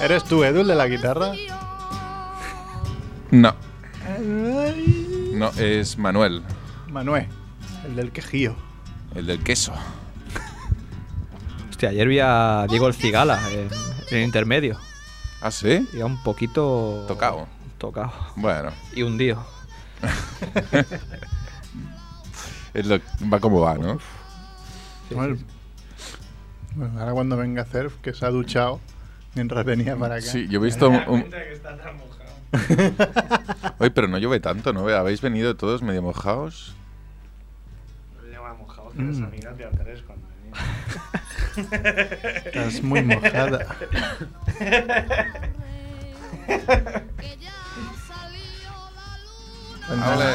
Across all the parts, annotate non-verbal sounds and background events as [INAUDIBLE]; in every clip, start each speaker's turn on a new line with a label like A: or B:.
A: ¿Eres tú, Edu, el de la guitarra?
B: No, no, es Manuel,
A: Manuel, el del quejío.
B: el del queso.
C: Hostia, ayer vi a Diego El Cigala en, en el intermedio.
B: ¿Ah, sí?
C: Iba un poquito.
B: Tocado.
C: Tocado.
B: Bueno,
C: Y hundido.
B: es lo- va como va, ¿no?
C: Sí,
A: Bueno,
C: sí, sí.
A: bueno, ahora cuando venga Cerf, que se ha duchado mientras venía para acá.
B: Sí, yo he visto... un- un-
D: que está tan
C: [LAUGHS]
D: mojado.
B: Oye, pero no llueve tanto, ¿no? Habéis venido todos medio mojados.
D: Le va mojado que las amigas de Andrés cuando venía.
A: Estás muy
B: [LAUGHS]
A: mojada.
B: ¡Ole!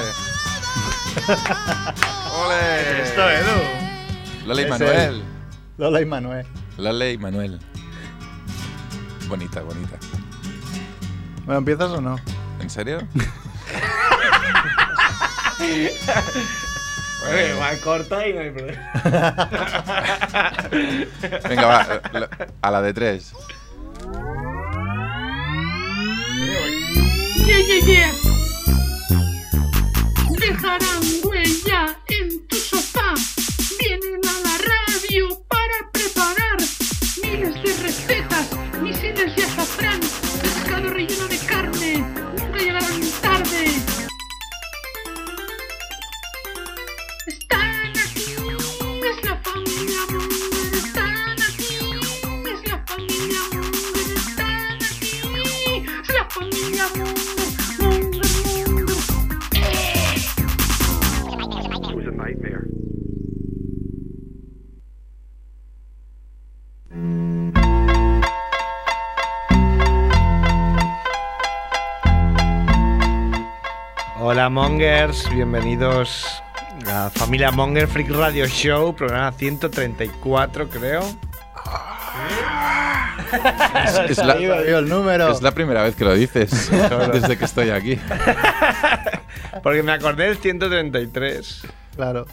B: ¡Ole!
D: Esto, Edu.
B: Lola y
A: Es
B: Manuel.
A: Lola y Manuel.
B: Lola y Manuel. Bonita, bonita.
A: Bueno, ¿empiezas o no?
B: ¿En [LAUGHS]
D: [LAUGHS]
B: serio?
D: Oye, va corta y no hay problema.
B: Venga, va. la- A la de tres.
E: Yeah, yeah, yeah. Dejarán huella en tu sofá. Vienen a la radio para preparar miles de recetas, misiles de azafrán, pescado relleno de carne. Nunca llegarán tarde. Están aquí, es la familia Munger. Están aquí, es la familia Munger. Están aquí, es la familia Munger. Munger, Munger.
C: Hola, Mongers. Bienvenidos a Familia Monger Freak Radio Show, programa 134, creo.
B: Es la,
A: Ahí valió el número.
B: es la primera vez que lo [LAUGHS] dices desde que estoy [LAUGHS] aquí.
C: Porque me acordé del 133.
A: Claro.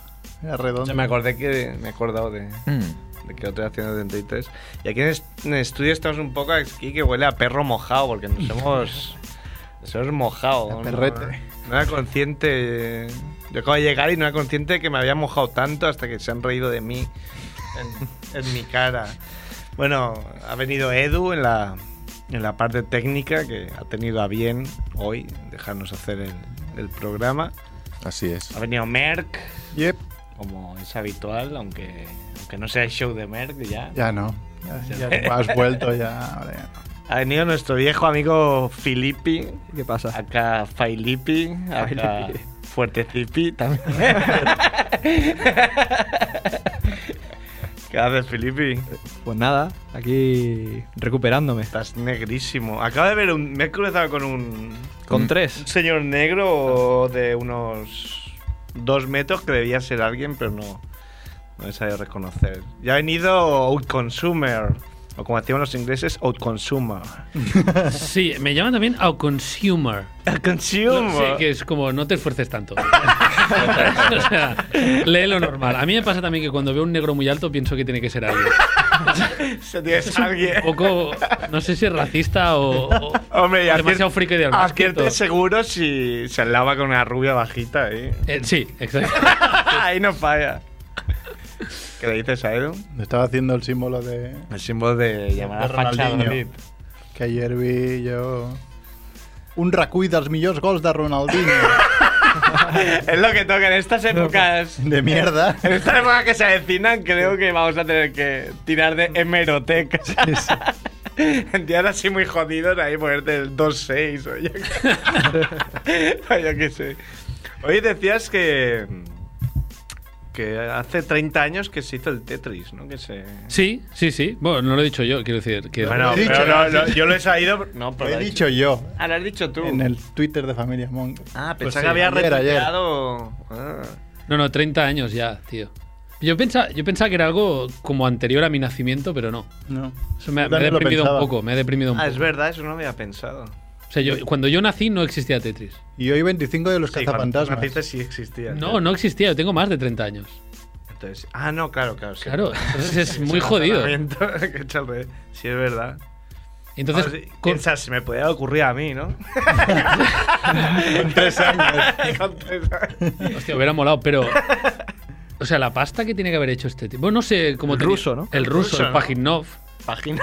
A: Era
C: O sea,
A: redondo.
C: me acordé que. Me he acordado de.
B: Mm,
C: de que otra era 133. Y aquí en, es- en el estudio estamos un poco aquí que huele a perro mojado, porque nos hemos. nos hemos mojado.
A: A
C: ¿no?
A: perrete.
C: No era consciente. Yo acabo de llegar y no era consciente que me había mojado tanto hasta que se han reído de mí en, en mi cara. Bueno, ha venido Edu en la, en la parte técnica que ha tenido a bien hoy dejarnos hacer el, el programa.
B: Así es.
C: Ha venido Merck,
A: Yep.
C: como es habitual, aunque, aunque no sea el show de Merck ya.
A: Ya no. Ya, ya has
B: [LAUGHS]
A: vuelto ya. Ahora ya no.
C: Ha venido nuestro viejo amigo Filippi,
F: ¿Qué pasa?
C: acá Failipi, acá
F: Failipi.
C: Fuertecipi también. ¿Qué haces, Filippi?
F: Pues nada, aquí recuperándome.
C: Estás negrísimo. Acabo de ver un. Me he cruzado con un,
F: Con
B: Mm.
F: tres.
C: un señor negro de unos dos metros que debía ser alguien, pero no, no he sabido reconocer. Ya ha venido Outconsumer, o como decían los ingleses, Outconsumer.
G: Sí, me llaman también a consumer. Sí,
C: Consumer.
G: que es como no te esfuerces tanto. [LAUGHS] o sea, lee lo normal. A mí me pasa también que cuando veo un negro muy alto pienso que tiene que ser alguien.
C: Se tiene alguien.
G: Un poco, no sé si es racista o, o
C: Hombre, ya
G: demasiado friki de alma.
C: Acierte seguro si se alaba con una rubia bajita ahí.
G: Eh, sí, exacto.
C: ahí no falla. ¿Qué le dices a Edu?
A: Me Estaba haciendo el símbolo de
C: El símbolo de llamada
A: De
C: facha
A: Ronaldinho.
C: Madrid.
A: que ayer vi yo. Un recull dels millors gols de Ronaldinho.
B: [LAUGHS]
C: Es lo que toca en estas épocas.
A: de
C: [LAUGHS]
A: mierda.
C: En estas épocas que se avecinan, creo que vamos a tener que tirar de hemerotecas. [LAUGHS] En días así muy jodidos, ahí ponerte el 2-6 o yo qué- o yo qué sé. [LAUGHS] Hoy decías que. que hace 30 años que se hizo el Tetris, ¿no? Que se.
G: Sí, sí, sí. Bueno, no lo he dicho yo, quiero decir que
C: Bueno,
A: Lo he dicho,
C: pero
A: lo
C: no,
A: he
C: no, yo lo he sabido. No,
A: Lo
C: pero
A: he dicho yo
C: Ah, lo has dicho tú.
A: en el Twitter de Familia Monk.
C: Ah,
G: Pues
C: pensaba
G: sí,
C: que había
A: ayer, ayer.
C: retirado. Ah.
G: No, no, 30 años ya, tío. Yo pensaba, yo pensaba que era algo como anterior a mi nacimiento, pero no.
A: No.
G: Eso
A: Yo
G: me, me ha
A: también lo
G: deprimido un
A: pensaba.
G: poco, me ha deprimido un
C: Ah,
G: poco.
C: es verdad, eso no lo había pensado.
G: O sea, yo, cuando yo nací no existía Tetris.
A: Y hoy 25 de los
C: Sí, cuando tú
A: cazapantasmas.
C: naciste sí existía.
G: No, no existía, yo tengo más de 30 años.
C: Entonces, ah, no, claro, claro. sí. [LAUGHS]
G: Claro, entonces es muy
C: Ese
G: jodido.
C: razonamiento que echa al revés. sí, es verdad.
G: Entonces,
C: Ahora sí,
G: con-
C: piensas, se me podía ocurrir a mí, ¿no? [LAUGHS]
A: En tres años.
C: Con tres años.
G: hostia, hubiera
C: [LAUGHS]
G: molado, pero. O sea, la pasta que tiene que haber hecho este tipo. Bueno, no sé cómo.
H: El
G: tenía-
H: ruso, ¿no?
G: El ruso,
C: ruso,
G: el
C: ¿no?
G: Pajinov.
C: Página.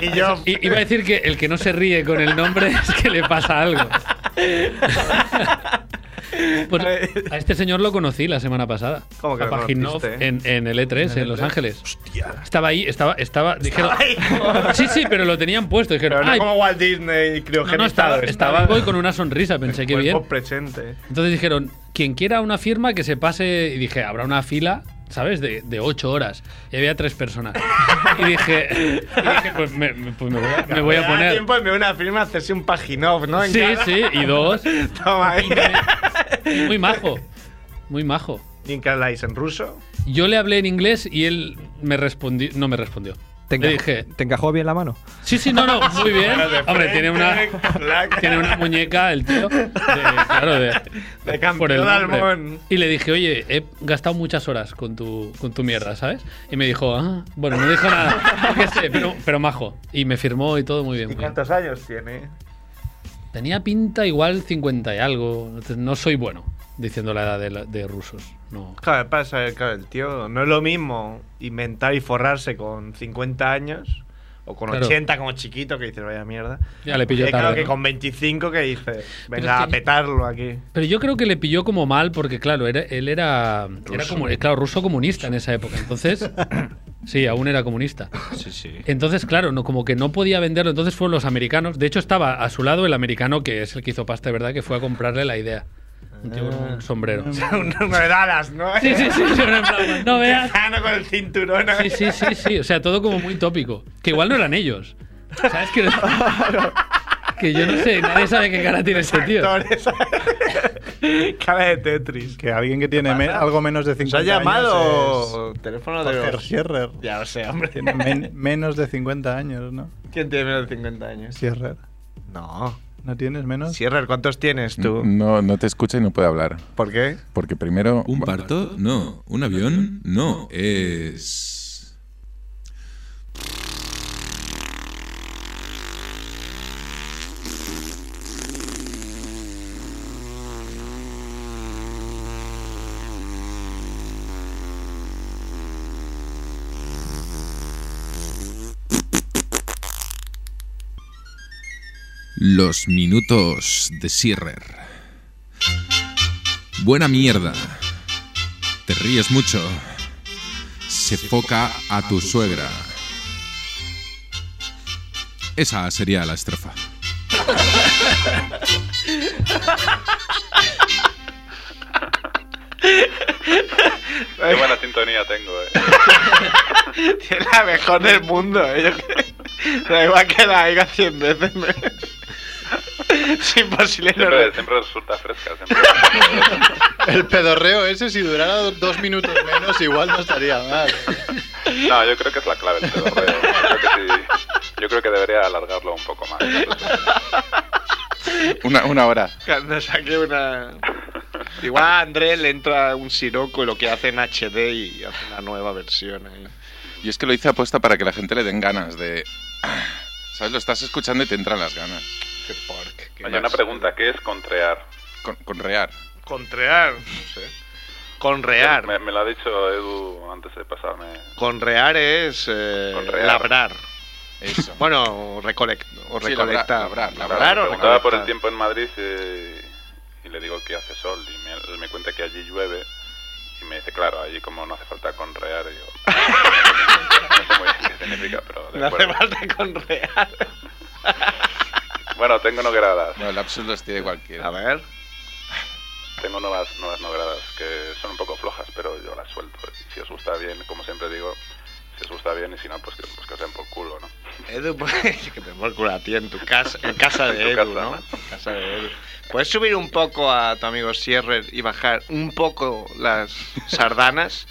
C: y yo.
G: I- iba a decir que el que no se ríe con el nombre [LAUGHS] es que le
C: [LAUGHS]
G: pasa algo. Pues a este señor lo conocí la semana pasada.
C: ¿Cómo que
G: a
C: lo
G: Pajitnov
C: conociste? E
G: en, en el E3, en, Los Ángeles. Estaba ahí, estaba, estaba. Dijeron.
C: Ay,
G: [LAUGHS] Sí, sí, pero lo tenían puesto. Dijeron,
C: pero no
G: "Ay,
C: como Walt Disney
G: no, no, estaba,
C: criogenizado.
G: estaba vivo y con una sonrisa, pensé que bien.
C: Cuerpo presente.
G: Entonces dijeron, quien quiera una firma que se pase. Y dije, habrá una fila, ¿sabes? De, de ocho horas. Y había tres personas. Y dije, [LAUGHS] y dije, pues me, me- pues me voy a, me voy a
C: da
G: poner.
C: tiempo en vez de una firma a hacerse un paginov, ¿no? En
G: Sí,
C: cada-
G: sí, y dos. [LAUGHS]
C: Toma ahí.
G: Y Muy majo. Muy majo.
C: ¿Y en qué habláis? ¿En ruso?
G: Yo le hablé en inglés y él me respondió. No me respondió.
H: ¿Te encajó,
G: le dije,
H: ¿Te encajó bien la mano?
G: sí, sí, no, no, [LAUGHS] muy bien. Hombre, tiene una, [LAUGHS]
C: Black.
G: tiene una muñeca el tío. de- claro, de,
C: De campeón
G: nombre.
C: Almón.
G: Y le dije, oye, he gastado muchas horas con tu, con tu mierda, ¿sabes? Y me dijo, ah, bueno, no dijo nada. [LAUGHS] Yo qué sé, pero, pero majo. Y me firmó y todo muy bien.
C: ¿Y
G: muy bien.
C: cuántos años tiene?
G: Tenía pinta igual 50 y algo. Entonces, No soy bueno diciendo la edad de, la- de rusos. No.
C: Claro, pasa, claro, el tío. No es lo mismo inventar y forrarse con 50 años o con
G: Claro.
C: 80 como chiquito que dices, vaya mierda.
G: Ya le pilló
C: Que claro
G: tarde,
C: que
G: ¿no?
C: con 25 que dices, venga
G: es
C: a
G: que-
C: petarlo aquí.
G: Pero yo creo que le pilló como mal porque, claro, era- él era, era como, claro, ruso comunista en esa época. Entonces, [CLEARS THROAT] sí, aún era comunista.
C: Sí,
G: [LAUGHS]
C: sí.
G: Entonces, claro, no, como que no podía venderlo. Entonces fueron los americanos. De hecho, estaba a su lado el americano, que es el que hizo pasta, de ¿verdad? Que fue a comprarle la idea. Un tío con un sombrero. [LAUGHS]
C: [LAUGHS] Uno de Dallas, ¿no?
G: Ah. Sí,
C: [LAUGHS]
G: sí, sí. sí, era en plan, [LAUGHS] no veas.
C: Tejano con el cinturón.
G: Sí, sí, sí, sí. O sea, todo como muy tópico. Que igual no eran ellos. ¿Sabes qué? Que yo no sé, nadie sabe qué cara tiene este tío.
C: Actores. [LAUGHS] Cara de Tetris.
A: Que alguien que tiene me- algo menos de
C: ¿Os
A: 50
C: ha
A: años
C: llamado teléfono
A: es
C: de
A: Jorge
C: los-
A: Scherrer.
C: Ya lo sé, hombre.
A: Tiene [LAUGHS] men- menos de 50 años, ¿no?
C: ¿Quién tiene menos de 50 años?
A: Scherrer.
C: No.
A: ¿No tienes menos?
C: Sierra, ¿cuántos tienes tú?
B: Mm,
I: No, no te escucha y no puede hablar.
C: ¿Por qué?
I: Porque primero.
B: ¿Un parto? No. ¿Un avión? No. Es. Los minutos de Sierrer. Buena mierda. Te ríes mucho. Se foca a tu suegra. Esa sería la estrofa.
J: Qué buena sintonía tengo, eh.
C: Tiene la mejor del mundo, eh. Yo creo. [LAUGHS] Da igual que la diga 100 veces. me- [LAUGHS] Es imposible no
J: Siempre, siempre resulta fresca. Siempre.
A: El pedorreo ese, si durara dos minutos menos, igual no estaría mal.
J: No, yo creo que es la clave el pedorreo. Yo creo que sí. Yo creo que debería alargarlo un
C: [LAUGHS]
J: poco más.
I: Una, una hora.
C: Cuando saque una. Igual a Andrés le entra un siroco y lo que hace en HD y hace una nueva versión eh. ahí.
I: Y es que lo hice apuesta para que la gente le den ganas de. ah, ¿Sabes? Lo estás escuchando y te entran las ganas.
C: Qué porc. qué
J: Hay una
C: más.
J: pregunta, ¿qué es contrear?
I: Con, con rear.
C: Contrear. No sé. Conrear.
J: Me, me lo ha dicho Edu antes de pasarme.
C: Conrear es eh,
J: Conrear.
C: labrar.
I: Eso.
C: [LAUGHS] Bueno, o, recolec- o
I: Sí,
C: recolectar.
I: labrar, labrar,
C: Labrar
J: me
C: o
J: preguntaba
C: recolectar.
J: por el tiempo en Madrid eh, y, le digo que hace sol y me, él me cuenta que allí llueve y me dice, claro, allí como no hace falta conrear, y yo...
C: [LAUGHS]
J: no sé muy bien qué significa, pero de
C: No hace
J: acuerdo.
C: [LAUGHS] falta conrear.
J: Bueno, tengo nogueradas,
I: No, el absurdo los tiene cualquiera.
C: A ver.
J: tengo nuevas, nuevas nogueradas que son un poco flojas, pero yo las suelto. Y si os gusta bien, como siempre digo, si os gusta bien y si no, pues que, pues que os den por culo, ¿no?
C: Edu, [LAUGHS] pues, que te por culo a ti en tu casa, [LAUGHS] en casa de
J: En tu
C: Edu,
J: casa,
C: ¿no?
J: ¿no?
C: En casa de Edu. ¿Puedes subir un poco a tu amigo Sierrer y bajar un poco las [LAUGHS] sardanas?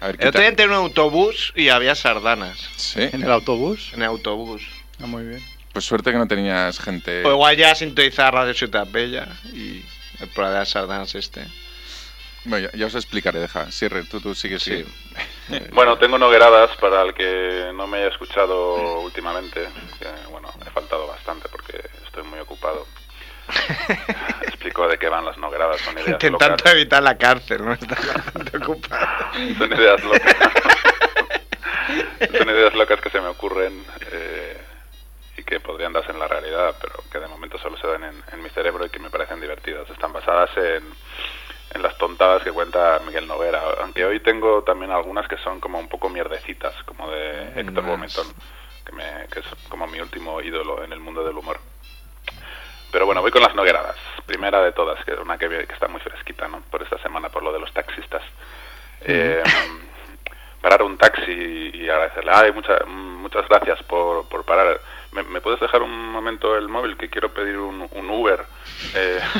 I: A ver,
C: El otro día
I: quita.
C: entré en un autobús y había sardanas
I: Sí.
A: ¿En el autobús?
C: en el autobús.
A: Ah, muy bien.
I: Pues suerte que no tenías gente.
C: Pues O igual ya sintonizar Radio Ciutat Bella y el programa de las sardanas este.
I: Bueno, ya, ya os explicaré, deja. Sirre, tú, tú sigue, sigue.
J: Bueno, tengo nogueradas para el que no me haya escuchado últimamente. que, bueno, he faltado bastante porque estoy
C: [LAUGHS]
J: muy ocupado. Explico de qué van las nogueradas. Son ideas
C: Intentando
J: locas.
C: evitar la cárcel, no está bastante ocupado.
J: Son ideas locas. Son ideas locas que se me ocurren eh, y que podrían darse en la realidad, pero que de momento solo se dan en, en mi cerebro y que me parecen divertidas. Están basadas en, en las tontadas que cuenta Miguel Noguera, aunque hoy tengo también algunas que son como un poco mierdecitas, como de Héctor Bometón, que, me- que es como mi último ídolo en el mundo del humor. Pero bueno, voy con las nogueradas. Primera de todas, que es una que, que está muy fresquita, ¿no? Por esta semana, por lo de los taxistas. Eh, parar un taxi y agradecerle, ay, mucha- muchas gracias por, por parar. ¿Me, me puedes dejar un momento el móvil? Que quiero pedir un, un Uber. Eh, [LAUGHS]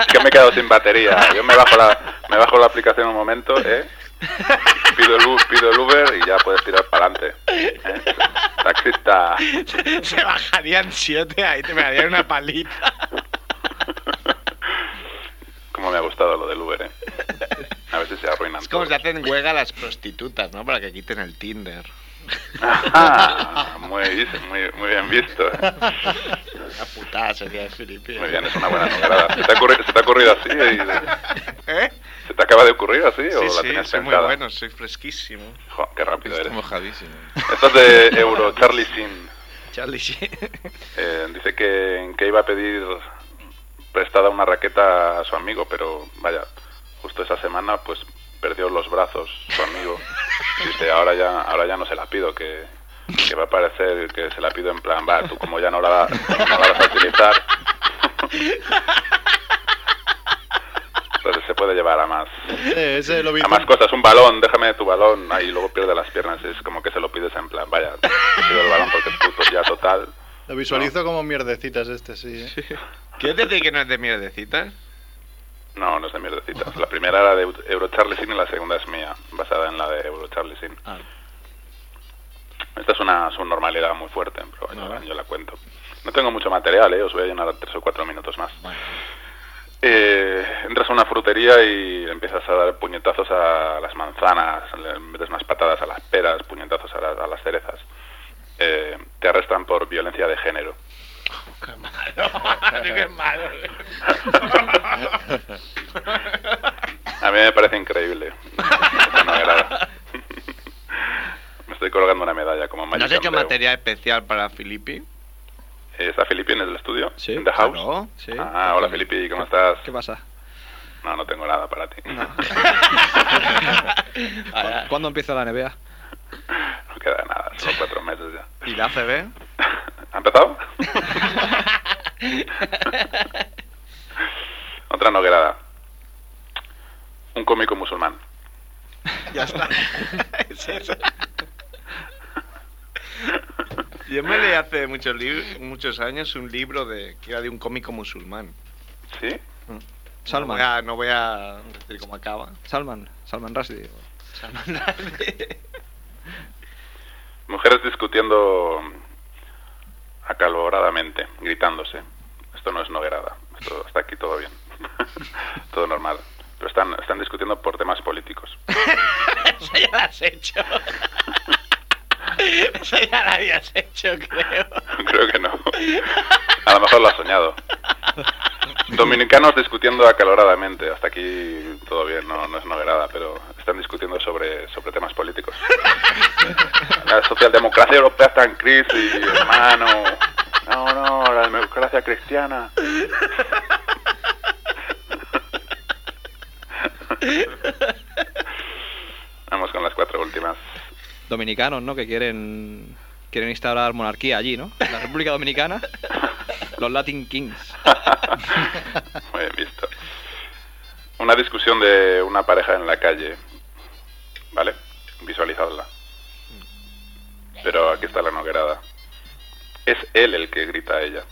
J: es que me he quedado sin batería. Yo me bajo la, me bajo la aplicación un momento, ¿eh? Pido el, U- pido el Uber y ya puedes tirar para adelante. ¿eh?
C: [LAUGHS]
J: Taxista. [LAUGHS]
C: Se bajarían siete ahí, te pegarían una palita.
J: Como me ha gustado lo del Uber, ¿eh? A ver si se arruinan.
C: [LAUGHS] Es como se
J: todo. [LAUGHS]
C: hacen huelga las prostitutas, ¿no? Para que quiten el Tinder.
J: Ah, muy, muy, muy bien visto. ¿eh?
C: Una putada sería de Filipinas.
J: Muy bien, es una buena novelada. ¿Se te ha ocurri- se te ha ocurrido, así? eh?
C: ¿Eh?
J: ¿Se te acaba de ocurrir así o
C: Sí,
J: la
C: sí,
J: tenías
C: soy muy
J: pensada?
C: bueno, soy fresquísimo.
J: Jo, qué rápido
I: Está
J: eres.
I: mojadísimo.
J: Esto es de Euro, Charlie Sin.
C: Charlie, sí.
J: Eh, dice que, que iba a pedir prestada una raqueta a su amigo, pero vaya, justo esa semana pues perdió los brazos su amigo. Dice, ahora ya, ahora ya no se la pido, que, que va a parecer que se la pido en plan, va, tú como ya no la, como no la vas a utilizar. Entonces Pues se puede llevar a más.
A: Eh, ese lo vi.
J: A más cosas, un balón, déjame tu balón, ahí luego pierde las piernas, es como que se lo pides en plan, vaya, te pido el balón porque tú tú ya total.
A: Lo visualizo como mierdecitas este, sí. ¿eh?
C: ¿Quieres decir que no es de mierdecitas?
J: No, no es de mierdecitas. La primera era de Eurocharlesin y la segunda es mía, basada en la de Eurocharlesin.
C: Ah.
J: Esta es una subnormalidad muy fuerte, pero yo, la- yo la cuento. No tengo mucho material, ¿eh? os voy a llenar tres o cuatro minutos más. Eh, entras a una frutería y empiezas a dar puñetazos a las manzanas, le metes unas patadas a las peras, puñetazos a, la- a las cerezas. Eh, te arrestan por violencia de género.
C: Qué malo.
J: A mí me parece increíble. Esta novelada. me estoy colgando una medalla como
C: ¿No
J: Magic
C: has hecho
J: Andreu.
C: material especial para Filipi?
J: ¿Está Filipe en el estudio? ¿En The House?
H: Claro, sí.
J: Ah, hola Filipe, ¿cómo estás?
H: ¿Qué pasa?
J: No, no tengo nada para ti. [LAUGHS] No,
H: ¿Cu- ¿Cuándo empieza la NBA?
J: queda nada, solo cuatro meses ya.
C: ¿Y la ACB?
J: ¿Ha
C: [LAUGHS]
J: empezado? Otra noguerada. Un cómico musulmán.
C: Ya está. Es eso. Yo me leí hace muchos, lib- muchos años un libro de que era de un cómico musulmán.
J: ¿Sí?
H: Salman.
C: No voy a, no voy a decir cómo acaba.
H: Salman. Salman Rushdie.
J: Mujeres discutiendo acaloradamente, gritándose. Esto no es noguerada. Esto está aquí todo bien. [LAUGHS] todo normal. Pero están, están discutiendo por temas
C: [LAUGHS]
J: políticos.
C: Esa ya la has
J: [LAUGHS]
C: hecho. Esa ya la habías hecho, creo.
J: Creo que no. A lo mejor lo has soñado. Dominicanos discutiendo acaloradamente. Hasta aquí todo bien, no, no es noguerada, pero están discutiendo sobre, sobre temas políticos. [LAUGHS] La socialdemocracia europea está en crisis, hermano. No, no, la democracia cristiana. Vamos con las cuatro últimas.
H: Dominicanos, ¿no? Que quieren quieren instaurar monarquía allí, ¿no? En La República Dominicana. Los Latin Kings.
J: Muy bien visto. Una discusión de una pareja en la calle. ¿Vale? Visualizadla. Pero aquí está la noguerada. Es él el que grita a ella.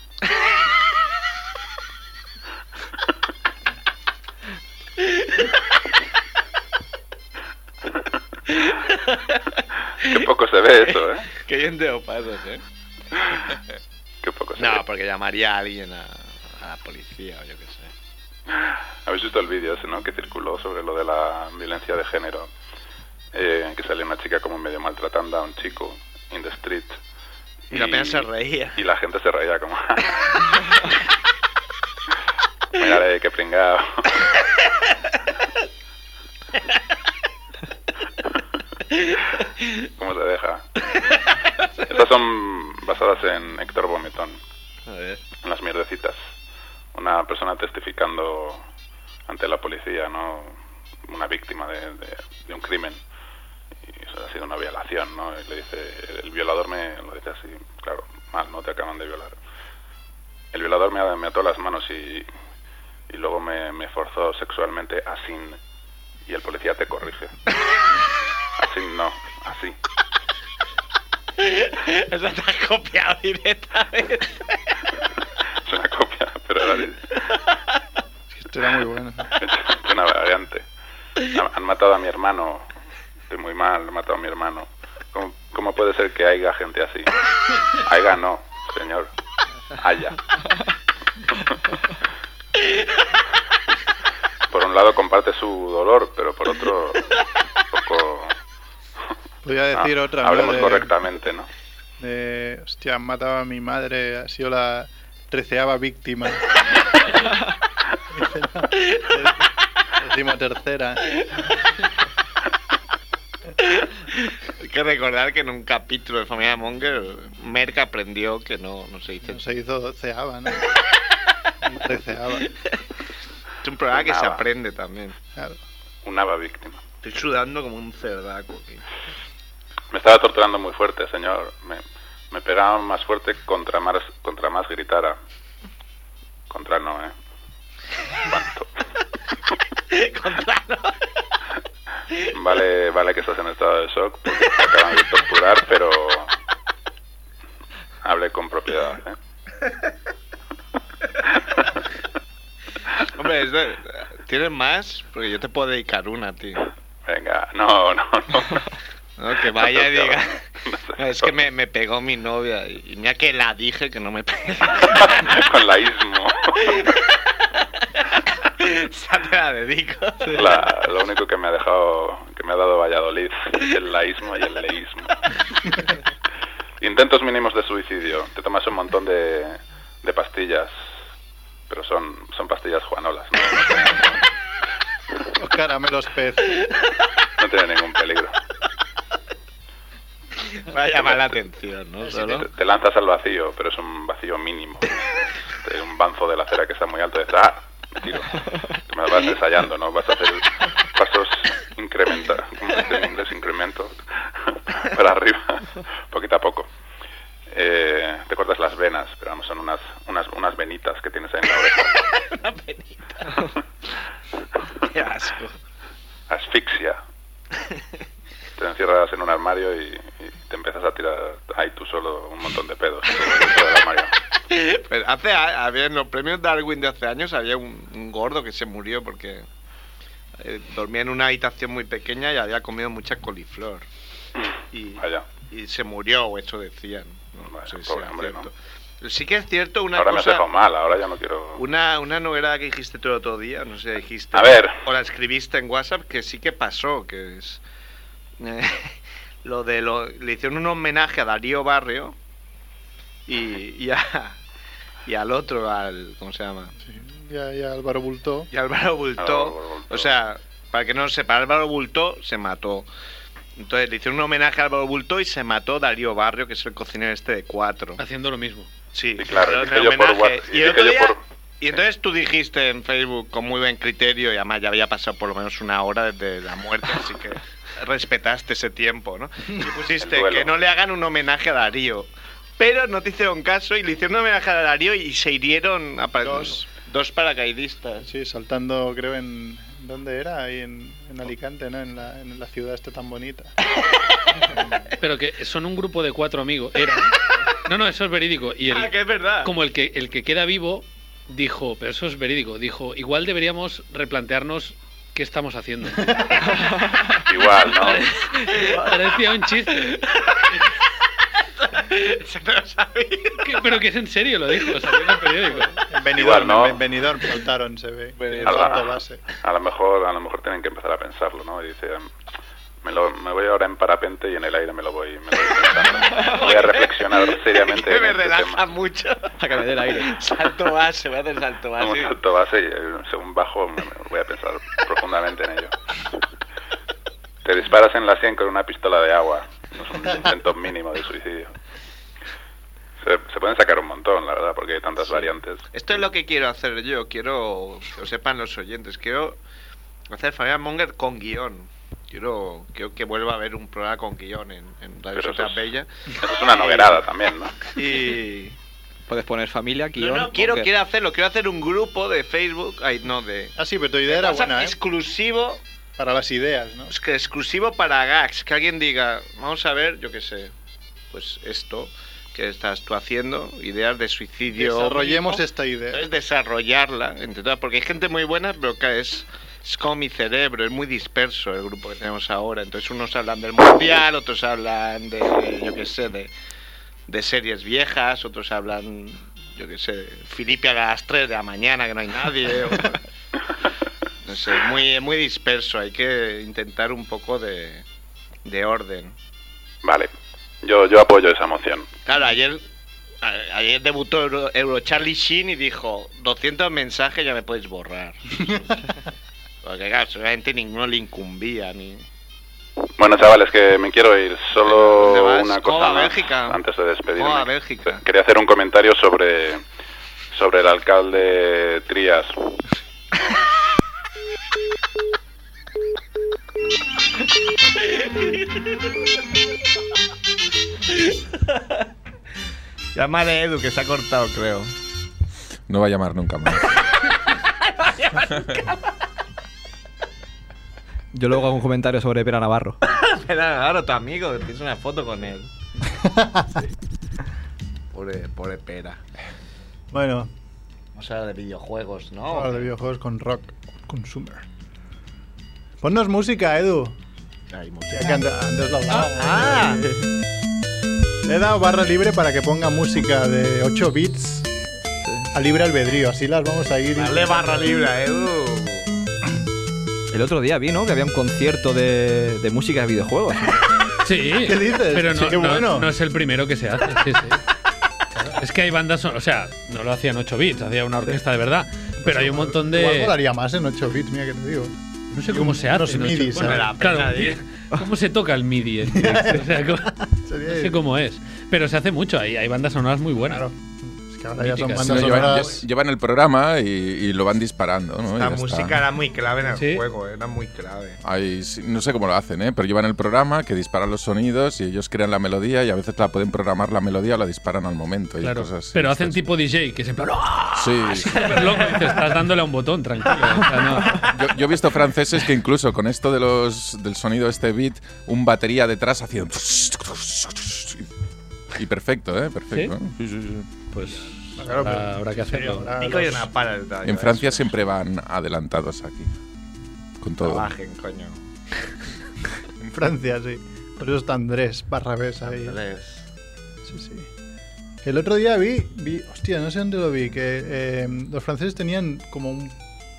J: Qué poco se ve eso, ¿eh?
C: Qué bien te lo pasas, ¿eh?
J: Qué poco se ve.
C: No, porque llamaría a alguien a, a la policía o yo qué sé.
J: Habéis visto el vídeo ese, ¿no? Que circuló sobre lo de la violencia de género. Eh, que salía una chica como medio maltratando a un chico in the street.
C: Y la peña se reía.
J: Y la gente se reía como... [LAUGHS] Mira,
C: [LAUGHS]
J: qué pringado. ¿Cómo se deja? Estas son basadas en Héctor Vomitón,
H: A ver.
J: en las mierdecitas. Una persona testificando ante la policía, ¿no? Una víctima de, de- de un crimen. Y eso ha sido una violación, ¿no? Y le dice, el violador me lo dice así, claro, mal, ¿no? Te acaban de violar. El violador me, me ató las manos y, y luego me, me forzó sexualmente así. Y el policía te corrige. Así no, así.
C: O sea, te has copiado directamente.
J: Es una copia, pero era de-
A: Esto era muy bueno.
J: [LAUGHS] de una variante. Han, han matado a mi hermano. Estoy muy mal, han matado a mi hermano. ¿Cómo, cómo puede ser que haya gente así? Haiga no, señor. Haya. Por un lado comparte su dolor, pero por otro un poco...
A: Podría
J: ah,
A: decir otra. ¿no?
J: hablemos
A: De-
J: correctamente, ¿no?
A: de, hostia, han matado a mi madre, ha sido la treceava víctima. Decimo tercera.
C: Hay que recordar que en un capítulo de Familia Monger, Merck aprendió que no, no se dice.
A: Se hizo doceava, ¿no? Treceava.
C: Es un programa que se
J: Nada.
C: aprende también.
A: Claro.
J: Un aba víctima.
C: Estoy sudando como un cerdaco. tío.
J: Me estaba torturando muy fuerte, señor. Me, me pegaba más fuerte contra más, contra más gritara. Contra no, ¿eh?
C: [LAUGHS]
J: Cuánto. Vale, vale que estás en estado de shock porque te acaban de torturar, pero hable con propiedad, ¿eh?
C: Hombre, es de- ¿tienes más? Porque yo te puedo dedicar una, tío.
J: Venga, no, no, no.
C: No, que vaya y
J: [LAUGHS]
C: diga.
J: No
C: No,
J: sé,
C: es que me, me pegó mi novia y y mira que la dije que no me [LAUGHS] pegue.
J: [LAUGHS] Con la ismo.
C: Esa te la dedico.
J: La- lo único que me ha dejado, que me ha dado Valladolid, [LAUGHS] es el laísmo y el leísmo. Intentos mínimos de suicidio. Te tomas un montón de, de pastillas, pero son, son pastillas juanolas, ¿no?
A: Los caramelos pez.
J: no tiene ningún peligro.
C: Va a llamar la atención, ¿no?
J: Te,
C: Solo.
J: te lanzas al vacío, pero es un vacío mínimo. Este, Un banzo de la acera que está muy alto. Dices, ah, me tiro. Te me vas ensayando, ¿no? Vas a hacer pasos incrementa, ¿cómo se dice en inglés? Incremento. Para arriba, poquito a poco. Eh, te cortas las venas, pero vamos, son unas, unas, unas venitas que tienes ahí en la oreja.
C: Qué asco.
J: Asfixia. Te encierras en un armario y, y te empiezas a tirar ahí tú solo un montón de pedos. dentro del armario.
C: Pues hace, a- había en los premios Darwin de hace años había un, un gordo que se murió porque eh, dormía en una habitación muy pequeña y había comido mucha coliflor. Y,
J: Vaya.
C: y se murió, o eso decían. No,
J: Bueno,
C: sé si
J: pobre
C: era
J: hombre,
C: cierto. Sí que es cierto una
J: ahora me has
C: cosa...
J: dejado mal, ahora ya no quiero...
C: Una, una novela que dijiste tú el otro día, no sé si dijiste.
J: A ver.
C: O la escribiste en WhatsApp, que sí que pasó, que es. eh, [LAUGHS] lo de. Lo, le hicieron un homenaje a Darío Barrio y, y, a- y al otro, al. ¿Cómo se llama?
A: Ya, ya Álvaro Bultó.
C: Y Álvaro
J: Álvaro
C: Bultó.
J: Bultó.
C: O sea, para que no lo sepa, Álvaro Bultó se mató. Entonces le hicieron un homenaje a Álvaro Bultó y se mató Darío Barrio, que es el cocinero este de cuatro.
G: Haciendo lo mismo.
C: Sí,
J: Sí, claro,
C: pero
J: y que
C: en
J: yo por
C: homenaje.
J: WhatsApp-
C: Y
J: y
C: el
J: que
C: otro
J: yo
C: día-
J: por-
C: y entonces tú dijiste en Facebook con muy buen criterio, y además ya había pasado por lo menos una hora desde la muerte, así que respetaste ese tiempo, ¿no? Y
J: [LAUGHS]
C: pusiste
J: El duelo.
C: que no le hagan un homenaje a Darío. Pero no te hicieron caso y le hicieron un homenaje a Darío y se hirieron
H: Ah,
C: a
H: pues,
C: pa-
A: Dos.
C: dos paracaidistas.
A: Sí, saltando, creo, en. ¿Dónde era? Ahí en, en Alicante, ¿no? En la, en la ciudad esta tan bonita.
G: Pero que son un grupo de cuatro amigos. Era. No, no, eso es verídico. Y el,
C: Ah, que es verdad. [LAUGHS]
G: como el que, el que queda vivo dijo, pero eso es verídico, dijo, igual deberíamos replantearnos qué
A: [LAUGHS]
G: estamos haciendo.
J: Igual,
C: [LAUGHS]
J: ¿no?
G: Parecía un chiste.
C: Se lo sabía.
G: Que- pero que es en serio lo dijo, salió en el periódico.
A: En Benidorm,
J: Igual, ¿no?
A: en Benidorm saltaron, se ve.
J: A
A: Benidorm.
J: la-
A: Salto base.
J: A lo mejor, a lo mejor tienen que empezar a pensarlo, ¿no? Y dicen, me, lo- me voy ahora en parapente y en el aire me lo voy, me lo voy
C: [LAUGHS]
J: pensando. Voy a reflexionar seriamente
C: que [LAUGHS]
J: en
C: me
J: este
C: relaja
J: tema.
C: mucho.
H: A que me dé el aire.
C: [LAUGHS] Salto base, voy a hacer salto
J: Un
C: base.
J: salto base y eh, según bajo me- me voy a pensar profundamente en ello. Te disparas en la sien con una pistola de agua. Es un intento mínimo de suicidio. Se, se pueden sacar un montón, la verdad, porque hay tantas variantes.
C: Esto es lo que quiero hacer yo, quiero que lo sepan los oyentes, quiero hacer Fabián Monger con guión. Quiero, quiero que vuelva a haber un programa con guión en, en Radio
J: Pero eso
C: Ciudad
J: es-
C: Bella.
J: Eso es una noguerada también, ¿no?
C: Y
H: Puedes poner familia, aquí.
C: no, no, quiero, quiero hacerlo, quiero hacer un grupo de Facebook, ay, no, de
A: Ah, sí, pero tu idea era
C: WhatsApp
A: buena, ¿eh?
C: exclusivo,
A: Para las ideas, ¿no?
C: es que exclusivo para gags, que alguien diga, vamos a ver, yo qué sé, pues esto que estás tú haciendo, ideas de suicidio.
A: Desarrollemos
C: esto
A: esta idea.
G: Eh.
C: es desarrollarla, entenderá, porque hay gente muy buena, pero que es, es como mi cerebro, es muy disperso el grupo que tenemos ahora. Entonces unos hablan del mundial, otros hablan de, yo qué sé, de, de series viejas, otros hablan, yo qué sé, Filipe a las 3 de la mañana, que no hay nadie. o- [LAUGHS] no sé, muy, muy disperso, hay que intentar un poco de, de orden.
J: Vale, yo, yo apoyo esa moción.
C: Claro, ayer, a- ayer debutó Euro, Euro Charlie Sheen y dijo 200 mensajes ya me
F: [LAUGHS]
C: podéis borrar. Porque claro, seguramente ninguno le incumbía ni...
J: Bueno, chavales, que me quiero ir.
C: ¿Dónde
J: Solo
C: vas?
J: una
C: ¿Cómo
J: cosa
C: va
J: más
C: Bélgica?
J: antes de despedirme.
C: ¿Cómo va Bélgica?
J: Quería hacer un comentario sobre, sobre el alcalde Trías.
F: Llámale a Edu, que se ha cortado, [LAUGHS] creo.
B: No va a llamar nunca más.
H: Yo luego hago un comentario sobre Pera Navarro.
F: Espera, claro, tu amigo, que tienes una foto con [LAUGHS] él. pobre, pobre pera.
A: Bueno,
F: Vamos a hablar de videojuegos, ¿no?
A: ahora de videojuegos con rock consumer. Ponnos música, Edu.
F: Ay,
A: Ya que antes- antes
G: Ah,
A: lo hablábamos. ¿eh? Le he dado barra libre para que ponga música de 8 bits a libre albedrío. Así las vamos a ir.
F: Dale barra libre a Edu.
H: El otro día vi, ¿no? Que había un concierto de, de música de videojuegos.
G: Sí.
A: ¿Qué dices?
G: Pero
A: Sí,
G: no,
A: qué
G: no-
A: bueno.
G: no es el primero que se hace. sí,
A: [LAUGHS]
G: sí. Claro, Es que hay bandas, son- o sea, no lo hacían 8 bits, hacía una orquesta de verdad. Pero hay un montón
A: Pues Igual
G: de.
A: volaría más en 8 bits, mira que te digo.
G: No sé cómo se hace.
A: Unos
G: no sé-
A: midis, ¿eh?
G: bueno,
A: ¿sabes?
G: claro, ¿Cómo se toca el
A: [LAUGHS]
G: MIDI? en directo? O sea, cómo-
A: Sería-
G: no sé cómo es. Pero se hace mucho, hay, hay bandas sonoras muy buenas.
A: Claro. Es que ahora ya son
G: Míticas.
A: bandas
G: No,
B: llevan,
A: sonoras.
B: lle- llevan el programa y, y lo van disparando, ¿no? Y
F: La
B: ya está.
F: música era muy clave en el
G: Sí.
F: juego, era muy clave.
B: Hay- sí, no sé cómo lo hacen, ¿eh? pero llevan el programa que disparan los sonidos y ellos crean la melodía y a veces la pueden programar la melodía o la disparan al momento. Y
G: Claro.
B: cosas así.
G: pero hacen tipo DJ, que es en plan. ¡ah!
B: Sí.
G: [LAUGHS] Súper loco, y te estás dándole a un botón, tranquilo. o sea, no.
B: Yo, yo he visto franceses que incluso con esto de los, del sonido de este beat, un batería detrás haciendo... Y perfecto, ¿eh? Perfecto. Sí, sí, sí.
G: Pues
A: Claro, pero-
G: habrá, habrá que hacerlo.
A: ahora
F: Nico y
A: los-
F: una pala eh. de tallo,
B: En Francia
F: eso.
B: siempre van adelantados aquí. Con todo.
F: Trabajen, coño.
A: En Francia, sí. Por eso está Andrés Barrabés ahí.
F: Andrés.
A: Sí, sí. El otro día vi, vi, hostia, no sé dónde lo vi, que eh, los franceses tenían como un-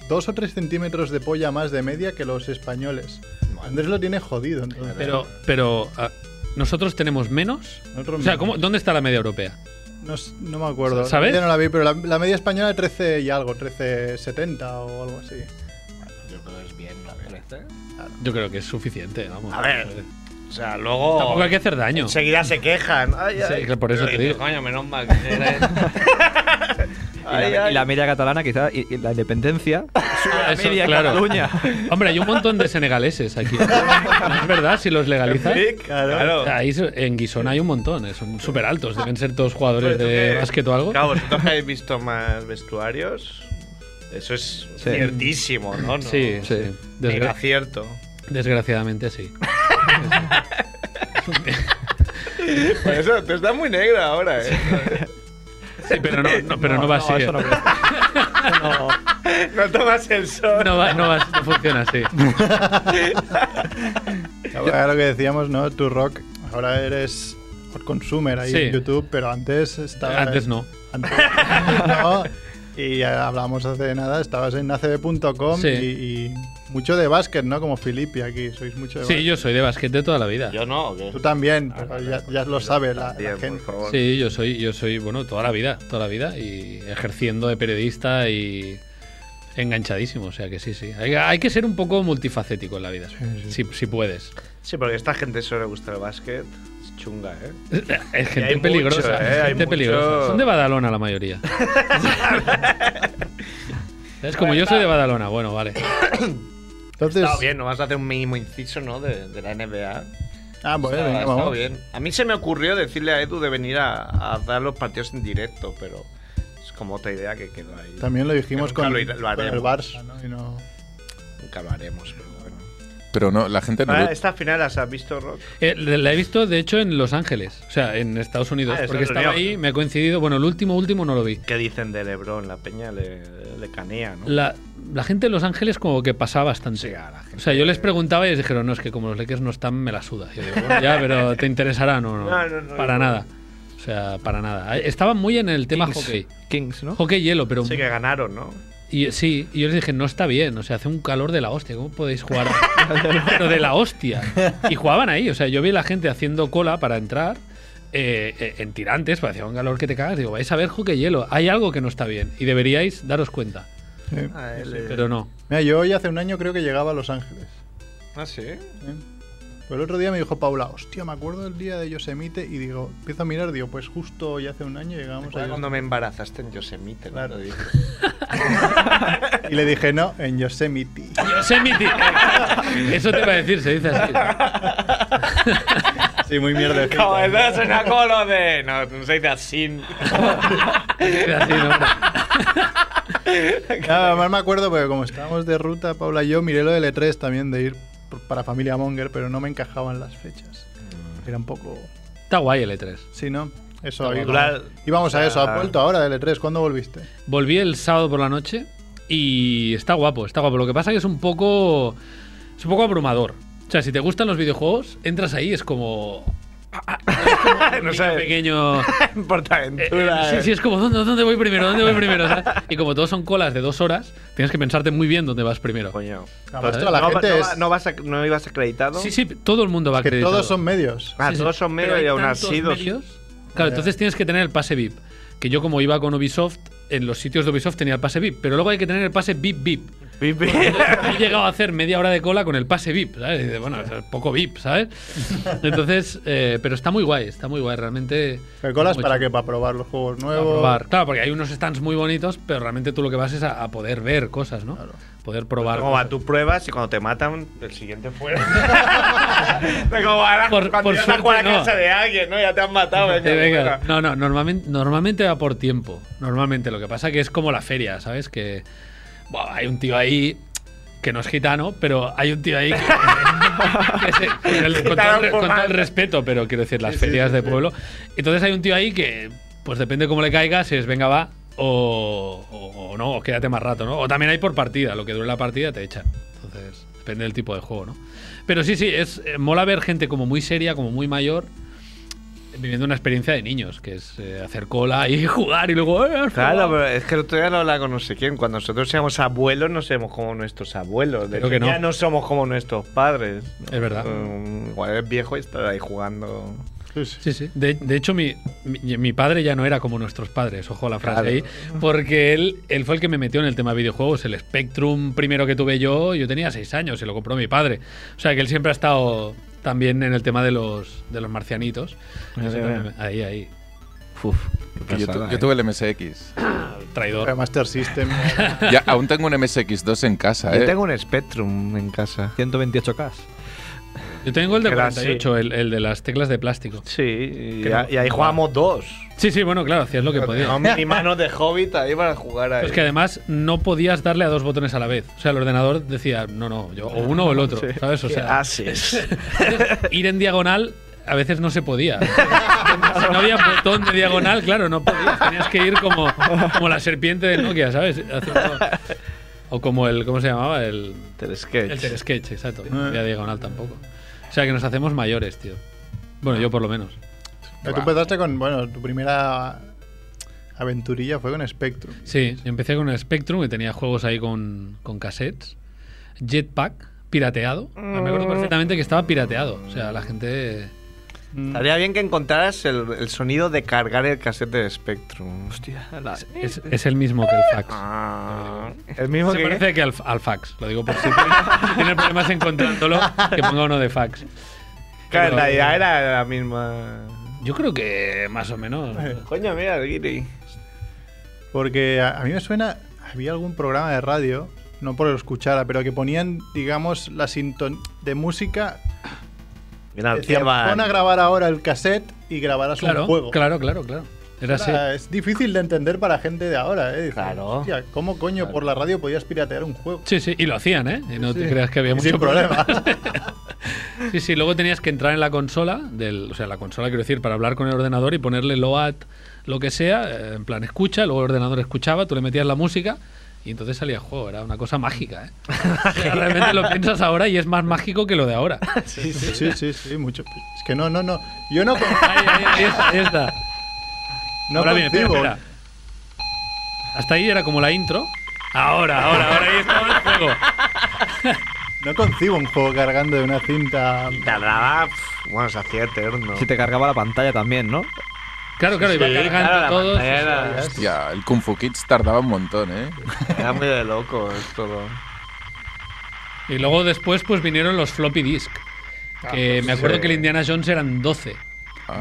A: dos o tres centímetros de polla más de media que los españoles. Andrés lo tiene jodido, entonces.
G: Pero, pero ah, nosotros tenemos menos.
A: Nosotros
G: O sea,
A: no-
G: ¿cómo- ¿dónde está la media europea?
A: No, s- no me acuerdo.
G: ¿Sabes?
A: Ya no la vi, pero la, la media española 13 y algo, 1370 o algo así.
F: Yo creo que es bien, ¿no? Este.
G: Yo creo que es suficiente, vamos.
F: A ver. O sea, luego.
G: Tampoco hay que hacer daño.
F: Enseguida se quejan. Ay,
G: Sí,
F: ay.
G: que por eso
F: Ay,
G: te digo.
F: Coño, menos mal que eres-
H: y, la, y la media catalana, quizás, y, y la independencia.
G: Ah, eso,
H: media
G: claro.
F: [LAUGHS]
H: Cataluña.
G: Hombre, hay un montón de senegaleses aquí. ¿No es verdad, si los legalizas.
A: Claro.
G: Ahí se- en Guisona hay un montón, eh, son súper altos. Deben ser todos jugadores de básquet o algo.
F: Claro, vosotros que habéis visto más vestuarios, eso es
H: Sí.
F: ciertísimo, ¿no? No,
G: Sí, sí. Desgra-
F: Mega cierto.
G: desgraciadamente sí.
F: [LAUGHS] Por eso, tú estás muy negra ahora, ¿eh?
G: Sí, pero no, no- pero no, va así. eh.
H: eso
G: No,
H: no creo.
G: [LAUGHS]
F: No tomas el sol.
G: va, no, va- no funciona así.
A: Ahora lo que decíamos, ¿no? Tu rock, ahora eres hot consumer ahí
G: Sí.
A: en YouTube, pero antes estaba...
G: Antes no.
A: Antes- no. Y ya hablábamos hace nada, estabas en acb.com
G: Sí.
A: y, y mucho de básquet, ¿no? Como Filippi aquí, sois mucho de
G: Sí,
A: básquet.
G: yo soy de basquete de toda la vida.
F: Yo no, ¿o qué?
A: Tú también,
F: Ah,
A: pero ya, ya lo sabe la, la
C: Bien, por
A: gente.
C: favor.
G: Sí, yo soy, yo soy, bueno, toda la vida, toda la vida y ejerciendo de periodista y enganchadísimo, o sea que sí, sí. Hay, hay que ser un poco multifacético en la vida, si, si puedes.
F: Sí, porque a esta gente solo le gusta el básquet. Es chunga, ¿eh?
G: Es gente
F: hay mucho,
G: peligrosa,
F: ¿eh?
G: es
F: Hay
G: gente
F: mucho.
G: peligrosa. Son de Badalona
F: [LAUGHS]
G: la mayoría. Es como yo soy de Badalona, bueno, vale.
A: Entonces,
F: Está bien, no vas a hacer un mínimo inciso, ¿no? De, de la NBA.
A: ah, bueno,
F: Está-
A: venga,
F: está
A: vamos.
F: bien. A mí se me ocurrió decirle a Edu de venir a, a dar los partidos en directo, pero es como otra idea que quedó ahí.
A: También lo dijimos
F: Nunca
A: con,
F: lo irá- lo Ah,
A: con el
F: haremos.
A: Barça, ¿no? Y no-
F: Nunca lo haremos, pero bueno.
B: Pero no, la gente no.
F: Ah,
B: ve-
F: esta final las has visto, Rock.
G: Eh, la he visto, de hecho, en Los Ángeles, o sea, en Estados Unidos,
F: Ah, en
G: porque
F: Estados
G: estaba
F: Unidos.
G: ahí, me ha coincidido, bueno, el último, último no lo vi.
F: ¿Qué dicen de Lebron? La peña le, le canea, ¿no?
G: La, la gente de Los Ángeles como que pasaba bastante.
F: Sí, a la gente-
G: O sea, yo les preguntaba y les dijeron, no, es que como los Lakers no están, me la suda. Yo digo, bueno, ya, pero te interesará, no,
F: [LAUGHS]
G: no,
F: No, no, no,
G: para
F: no.
G: nada. O sea, para nada. Estaban muy en el tema hockey.
H: Kings, ¿no?
G: Hockey hielo, pero...
F: Sí, que ganaron, ¿no?
G: Y, sí, y yo les dije, no está bien, o sea, hace un calor de la hostia, ¿cómo podéis
F: [LAUGHS]
G: jugar? Pero de la hostia. Y jugaban ahí, o sea, yo vi la gente haciendo cola para entrar eh, eh, en tirantes, parecía un calor que te cagas. Digo, vais a ver hockey hielo, hay algo que no está bien y deberíais daros cuenta.
A: sí.
F: Ah, él, [LAUGHS] eh.
G: Pero no.
A: Mira, yo hoy hace un año creo que llegaba a Los Ángeles.
F: Ah, sí.
A: ¿eh? Pero el otro día me dijo Paula, hostia, me acuerdo del día de Yosemite y digo, empiezo a mirar, digo, pues justo hoy hace un año llegamos a
F: Recuerda cuando
A: Yosemite.
F: Pues me embarazaste en Yosemite, ¿no?
A: Claro.
F: Te dije.
A: [LAUGHS] Y le dije, no, en Yosemite.
G: Yosemite. [LAUGHS] Eso te iba a decir, se dice así.
A: Sí, muy mierda.
F: [LAUGHS] Como eso suena como lo de. No, no se dice así.
G: Se dice así, ¿no?
A: Nada más me acuerdo porque como estábamos de ruta, Paula y yo, miré lo del E3 también de ir por- para Familia Monger, pero no me encajaban las fechas.
F: Mm.
A: Era un poco...
G: Está guay el E E3.
A: Sí, ¿no? Eso,
F: Como
A: íbamos,
F: durar-
A: íbamos a eso. ¿Ha
F: Ah.
A: vuelto ahora del E3? ¿Cuándo volviste?
F: Pues,
G: Volví el sábado por la noche y está guapo, está guapo. Lo que pasa que es un poco. Es un poco abrumador. O sea, si te gustan los videojuegos, entras ahí, es como.
F: [LAUGHS] no
G: niño
F: sé. [LAUGHS]
G: pequeño.
F: En
G: Eh, eh,
F: Portaventura.
G: sí, sí, es como, ¿dónde, dónde voy primero? ¿Dónde voy primero? ¿sabes? Y como todos son colas de dos horas, tienes que pensarte muy bien dónde vas primero.
F: Coño.
A: Además,
G: ¿eh?
A: toda la
F: no,
A: gente
F: no,
A: es...
F: no vas ac- ¿No ibas acreditado?
G: Sí, sí, todo el mundo va
A: que
G: acreditado.
A: todos son medios.
F: Ah,
G: Sí, sí.
F: todos son
G: Pero
F: medio y
G: hay
F: aún
G: tantos
F: así dos.
G: medios. Claro, entonces tienes que tener el pase VIP. Que yo, como iba con Ubisoft, en los sitios de Ubisoft tenía el pase VIP. Pero luego hay que tener el pase VIP VIP.
F: Pipi. [LAUGHS]
G: He llegado a hacer media hora de cola con el pase VIP, ¿sabes? Y dices, bueno, es poco VIP,
F: [LAUGHS]
G: ¿sabes? Entonces, eh, pero está muy guay, está muy guay. Realmente.
A: Pero colas
G: Mucho.
A: para qué? Para probar los juegos
G: para
A: nuevos.
G: probar. Claro, porque hay unos stands muy bonitos, pero realmente tú lo que vas es a, a poder ver cosas, ¿no? Poder probar.
F: Como va,
G: cosas.
F: tú pruebas y cuando te matan, el siguiente
G: [LAUGHS]
F: fuera. De como ahora,
G: Por-
F: cuando
G: por
F: ibas a jugar a
G: suerte, no.
F: casa de alguien, ¿no? Ya te han
G: [LAUGHS]
F: matado, venga,
G: Eh, venga.
F: fuera.
G: No, no, normalmente, normalmente va por tiempo. Normalmente lo que pasa que es como la feria, ¿sabes? Que buah, hay un tío ahí que no es gitano, pero hay un tío ahí que, que [LAUGHS] se- con, el- con todo el, re- con todo el respeto, pero quiero decir, las ferias de pueblo. Entonces hay un tío ahí que, pues depende cómo le caiga, si es venga va o, o- o no, o quédate más rato, ¿no? O también hay por partida, lo que dure la partida te echan. Entonces, depende del tipo de juego, ¿no? Pero sí, sí, es eh, mola ver gente como muy seria, como muy mayor, viviendo una experiencia de niños, que es eh, hacer cola y [LAUGHS] jugar y luego. eh, has
F: Claro,
G: jugado.
F: pero es que el otro día lo hablaba con no sé quién. Cuando nosotros seamos abuelos, no somos como nuestros abuelos. De
G: Espero que
F: hecho,
G: no.
F: Ya no somos como nuestros padres.
G: Es verdad.
F: Um, igual eres viejo y estás ahí jugando.
G: Sí, sí. De, de hecho, mi, mi, mi padre ya no era como nuestros padres, ojo a la frase
F: Claro.
G: ahí, porque él, él fue el que me metió en el tema de videojuegos. El Spectrum primero que tuve yo, yo tenía seis años y lo compró mi padre. O sea que él siempre ha estado también en el tema de los, de los marcianitos. Siempre me- Ahí, ahí. Uf,
B: que yo, tu-
F: eh.
B: yo tuve el MSX.
A: Para
G: traidor.
A: Master
F: [LAUGHS]
A: System.
B: Ya, aún tengo un MSX2 en casa,
F: Yo
B: ¿eh?
F: tengo un Spectrum en casa.
H: 128K.
G: Yo tengo el de
F: Que era así.
G: 48, el, el de las teclas de plástico.
F: Sí, y,
G: Que no-
F: y ahí jugábamos dos.
G: Sí, sí, bueno, claro, hacías lo que podías.
F: Teníamos mini manos de hobbit ahí para jugar ahí.
G: Es que además no podías darle a dos botones a la vez. O sea, el ordenador decía, no, no, yo, o uno o el otro, ¿sabes? O
F: ¿Qué
G: sea,
F: haces?
G: [LAUGHS] ir en diagonal a veces no se podía. Si no había botón de diagonal, claro, no podías. Tenías que ir como, como la serpiente de Nokia, ¿sabes? Haciendo- o como el, ¿cómo se llamaba? El,
F: Telesketch.
G: el telesketch, exacto. No había diagonal tampoco. O sea, que nos hacemos mayores, tío. Bueno, yo por lo menos.
A: Tú empezaste con, bueno, tu primera aventurilla fue con Spectrum.
G: Sí, yo empecé con el Spectrum y tenía juegos ahí con, con cassettes. Jetpack, pirateado. Me acuerdo perfectamente que estaba pirateado. O sea, la gente. Mm.
F: Estaría bien que encontraras el, el sonido de cargar el cassette de Spectrum. Hostia.
H: La-
G: Es, es el mismo que el fax.
F: Ah. El mismo
G: Se
F: que.
G: parece que al, al fax. Lo digo por si tiene problemas encontrándolo, que ponga uno de fax.
F: Claro, la
G: Pero-
F: idea era la misma.
G: Yo creo que más o menos.
A: Eh,
F: Coño, mira, el Guiri.
A: Porque a, a mí me suena, había algún programa de radio, no por lo escuchara, pero que ponían, digamos, la sintonía de música.
F: Mira,
A: Decían, pon
H: eh,
A: a grabar ahora el cassette y grabarás
G: Claro,
A: un juego.
G: claro, claro, claro. Era así.
A: Era- eh, es difícil de entender para gente de ahora, ¿eh? Dices,
F: Claro.
A: "Hostia, ¿Cómo coño por la radio podías piratear un juego?
G: Sí, sí, y lo hacían, ¿eh? Y no te
A: Sí.
G: creas que había
A: Y
G: mucho
A: sin problema.
G: sí, sí, luego tenías que entrar en la consola, del, o sea, la consola quiero decir, para hablar con el ordenador y ponerle LOAT, lo que sea, eh, en plan escucha, luego el ordenador escuchaba, tú le metías la música y entonces salía el juego, era una cosa mágica, ¿eh? O sea, realmente lo piensas ahora y es más mágico que lo de
A: [LAUGHS]
G: ahora.
A: [LAUGHS] Sí, sí, sí, sí, mucho. Es que no, no, no. Yo
G: [LAUGHS]
A: no, con-
G: Ahí, ahí, ahí está, ahí está.
A: no
G: ahora viene, espera,
A: concibo.
G: espera. Hasta ahí era como la intro. Ahora, ahora, ahora ahí estaba el juego.
A: No concibo un juego cargando de una cinta.
F: Tardaba. pf, Bueno, se hacía eterno.
H: Si te cargaba la pantalla también, ¿no?
G: Claro, claro, iba
F: Sí,
G: cargando
F: claro, la
G: todos.
F: pantalla era-
B: Hostia, el Kung Fu Kids tardaba un montón, ¿eh?
F: Era muy de loco esto. ¿no?
G: Y luego después pues vinieron los floppy disk.
A: Ah,
G: Que me acuerdo que el Indiana Jones eran 12.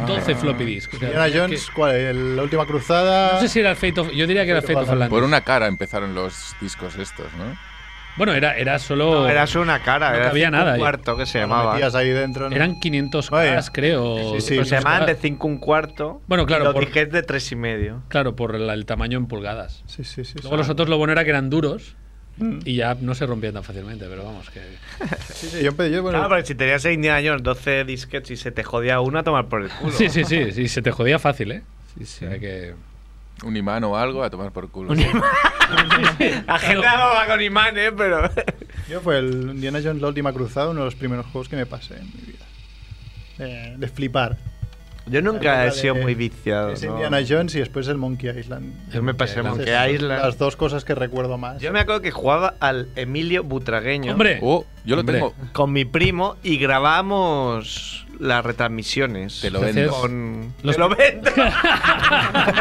G: 12 floppy disk. O sea,
A: Indiana
G: que-
A: Jones, ah. ¿cuál? El- La última cruzada.
G: no sé si era el Fate of... Yo diría que era el Fate of Atlantis.
B: Por una cara empezaron los discos estos, ¿no?
G: Bueno, era, era solo...
F: No, Era solo una cara,
G: No
F: era
G: cabía
F: cinco
G: nada
F: un
G: ahí.
F: cuarto que se
A: Lo
F: llamaba.
A: metías ahí dentro. ¿no?
G: Eran 500
A: Vaya.
G: cas, creo.
A: Sí, sí,
F: Pero
A: sí.
F: se llamaban de
G: Cas.
F: 5 un cuarto.
G: Bueno, claro,
F: y Los
G: por-
F: dije de 3 y medio.
G: Claro, por la- el tamaño en pulgadas.
A: Sí, sí, sí.
G: Luego los otros lo bueno era que eran duros
F: Mm.
G: y ya no se rompían tan fácilmente, pero vamos, que...
A: Sí, sí, yo empecé- yo, bueno,
F: Claro, porque si tenías el Indiana Jones 12 disquets y se te jodía uno a tomar por el culo.
G: Sí, sí, sí, sí, se te jodía fácil, ¿eh? Sí, sí. que...
B: Un imán o algo a tomar por culo.
F: La gente va con imán, ¿eh? Pero.
A: yo fue el Indiana Jones La Última Cruzada, uno de los primeros juegos que me pasé en mi vida. Eh, de flipar.
F: Yo nunca
A: La
F: he
A: época
F: sido
A: de-
F: muy viciado.
A: Es
F: ¿no?
A: Indiana Jones y después el Monkey Island.
F: Yo me pasé
G: Monkey
F: Monkey
A: Esas son
F: Island.
A: Las dos cosas que recuerdo más.
F: Yo me acuerdo que jugaba al Emilio Butragueño
G: Hombre,
B: Oh, yo lo
G: Hombre.
B: tengo.
F: con mi primo y grabamos las retransmisiones. mm,
B: Te lo
G: Entonces-
B: vendo.
F: Con...
G: Los-
F: Te lo vendo.
G: [LAUGHS]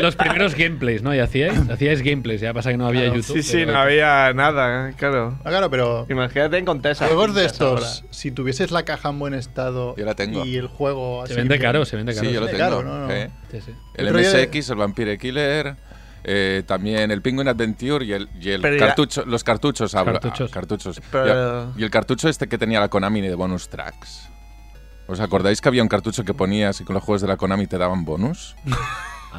G: los primeros gameplays, ¿no? Y hacíais, hacíais gameplays, ya pasa que no había
A: Claro,
G: YouTube.
F: Sí, sí,
G: pero-
F: no había nada, ¿eh? claro.
A: Ah, claro, pero
F: Imagínate encontrar esas
A: juegos de
F: cintas
A: estos,
F: ahora.
A: si tuvieses la caja en buen estado
B: Yo la tengo.
A: y el juego así.
G: Se vende
A: que-
G: caro, se vende caro.
B: Sí, yo lo
A: Sí,
B: tengo.
A: claro, no, no.
B: ¿eh?
G: Sí, sí.
F: Ah,
B: El
A: Otro día de-
B: MSX, el Vampire Killer, eh, también el Penguin Adventure y el, y el
F: Pero ya-
B: cartucho, los cartuchos. hablo- ah,
G: Cartuchos.
B: cartuchos.
F: Pero-
B: Y, y el cartucho este que tenía la Konami de bonus tracks. ¿Os acordáis que había un cartucho que ponías y con los juegos de la Konami te daban bonus?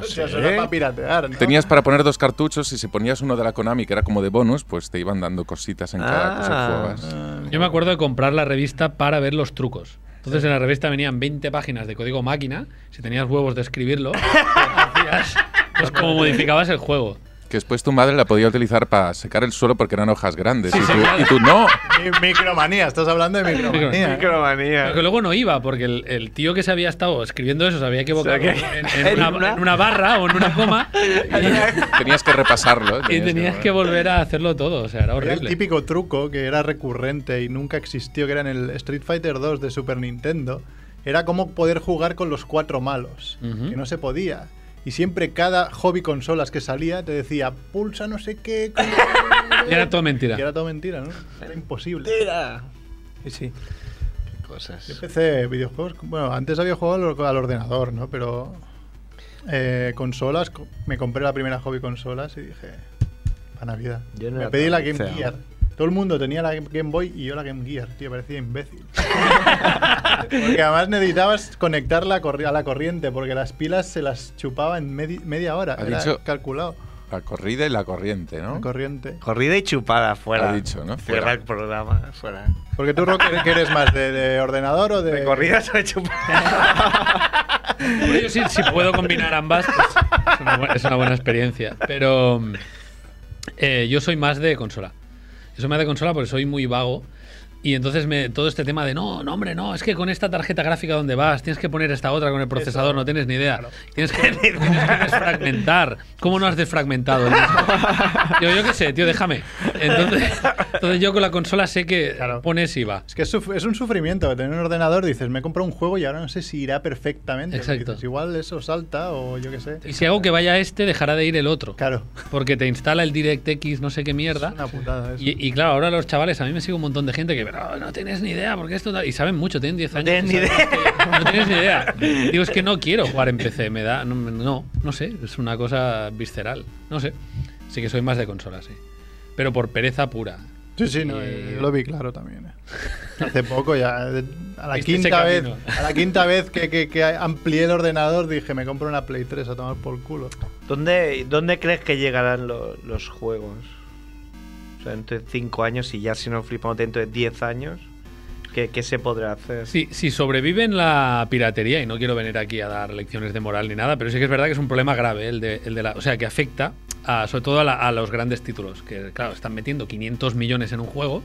A: O sea, eso era para piratear. ¿no?
B: Tenías para poner dos cartuchos y si ponías uno de la Konami que era como de bonus, pues te iban dando cositas en cada
F: Ah.
B: cosa que jugabas.
G: Yo me acuerdo de comprar la revista para ver los trucos. Entonces en la revista venían 20 páginas de código máquina. Si tenías huevos
F: [LAUGHS]
G: de escribirlo, hacías, pues como modificabas el juego.
B: Que después tu madre la podía utilizar para secar el suelo porque eran hojas grandes. y,
G: sí,
B: tú,
G: claro.
B: y tú,
G: [LAUGHS]
B: no.
A: Mi- Micromanía, estás hablando de micromanía. ¿eh?
F: Micromanía.
G: Pero que luego no iba, porque el, el tío que se había estado escribiendo eso se había equivocado
F: O sea, que-
G: en, en una, en una barra o en una coma y,
B: Tenías que repasarlo.
G: y tenías que volver a hacerlo todo. O sea, era
A: Era el
G: horrible.
A: típico truco que era recurrente y nunca existió, que era en el Street Fighter 2 de Super Nintendo. Era como poder jugar con los cuatro malos,
G: Ujú.
A: que no se podía. Y siempre cada hobby consolas que salía te decía, pulsa no sé
G: [LAUGHS]
A: qué. con-
G: Y era todo
A: Y
G: mentira.
A: era todo mentira, ¿no? Era imposible. Sí, sí. Yo
C: Cosas.
A: empecé videojuegos. Bueno, antes había jugado al, al ordenador, ¿no? Pero. eh, consolas, co- me compré la primera hobby consolas y dije. Para Navidad.
F: Yo no
A: me
F: era
A: pedí
F: tan
A: la Game
F: feo.
A: Gear. Todo el mundo tenía la Game Boy y yo la Game Gear, tío, parecía
F: [LAUGHS]
A: imbécil. porque además necesitabas conectarla corri- a la corriente, porque las pilas se las chupaba en medi- media hora.
B: Ha
A: Era
B: dicho-
A: calculado.
B: La corrida y la corriente, ¿no?
A: La corriente.
F: Corrida y chupada
B: [LAUGHS]
F: fuera.
B: Ha dicho, ¿no?
F: Cierra
B: Fuera.
F: el programa, fuera.
A: Porque tú, Rocker, ¿qué eres más? ¿De, de ordenador o de.?
F: De corrida sobre chupada.
G: Bueno, yo sí- si, puedo combinar ambas, pues, es, una buena, es una buena experiencia. Pero mm, eh, yo soy más de consola. Yo soy más de consola porque soy muy vago Y entonces me, todo este tema de no, no, hombre, no, es que con esta tarjeta gráfica donde vas, tienes que poner esta otra con el procesador, no tienes ni idea. Tienes, que, [LAUGHS] tienes que desfragmentar. ¿Cómo no has desfragmentado el disco? Yo, yo qué sé, tío, déjame. Entonces, entonces yo con la consola sé que pones y va.
A: Es que es, suf- es un sufrimiento tener un ordenador, dices, me he comprado un juego y ahora no sé si irá perfectamente.
G: Exacto.
A: Dices, igual eso salta o yo qué sé.
G: Y si hago que vaya este, dejará de ir el otro. [LAUGHS]
A: Claro,
G: Porque te instala el DirectX, no sé qué mierda.
A: una putada eso.
G: Y, y claro, ahora los chavales, a mí me sigue un montón de gente que, pero no tienes ni idea, porque esto. tal", Y saben mucho, tienen 10 años.
F: tienen
G: y
F: ni
G: saben que- No tienes ni idea. Digo, es que no quiero jugar en PC, me da. No, me- no, no sé, es una cosa visceral. No sé. Sí que soy más de consola, sí. Pero por pereza pura.
A: Sí, sí, no,
G: Y-
A: yo lo vi claro también.
G: [LAUGHS]
A: eh. Hace poco ya, eh, a la
G: Viste ese
A: quinta vez,
G: Este camino.
A: a la quinta vez que, que- que amplié el ordenador dije, me compro una Play 3 a tomar por culo.
F: ¿Dónde, ¿Dónde crees que llegarán lo- los juegos? O sea, dentro de 5 años y ya si no flipamos dentro de 10 años, ¿qué, qué se podrá hacer?
G: Si, si sobreviven la piratería, y no quiero venir aquí a dar lecciones de moral ni nada, pero sí que es verdad que es un problema grave el de, el de la. O sea, que afecta a- sobre todo a, la- a los grandes títulos, que claro, están metiendo 500 millones en un juego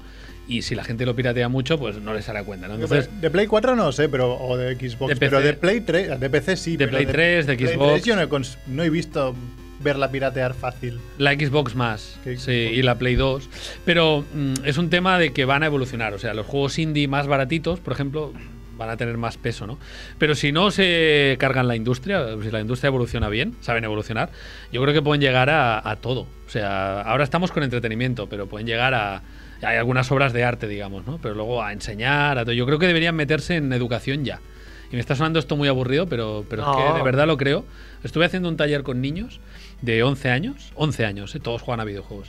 G: y si la gente lo piratea mucho, pues no les hará cuenta. ¿no? Entonces,
A: de Play 4 no sé, pero o de Xbox,
G: De PC.
A: pero de Play 3, de PC sí,
G: De
A: pero
G: Play 3, de
A: Play
G: Xbox.
A: 3 yo no he, cons- no he visto verla piratear
G: [LAUGHS]
A: fácil.
G: la Xbox más
A: Que
G: sí,
A: Xbox.
G: y la Play 2. Pero mm, es un tema de que van a evolucionar. O sea, los juegos indie más baratitos, por ejemplo, van a tener más peso, ¿no? Pero si no se cargan la industria, si la industria evoluciona bien, saben evolucionar, yo creo que pueden llegar a, a todo. O sea, ahora estamos con entretenimiento, pero pueden llegar a... Hay algunas obras de arte, digamos, ¿no? Pero luego a enseñar, a todo. Yo creo que deberían meterse en educación ya. Y me está sonando esto muy aburrido, pero, pero es que de
F: No.
G: verdad lo creo. Estuve haciendo un taller con niños de 11 años, 11 años, eh, todos juegan a videojuegos.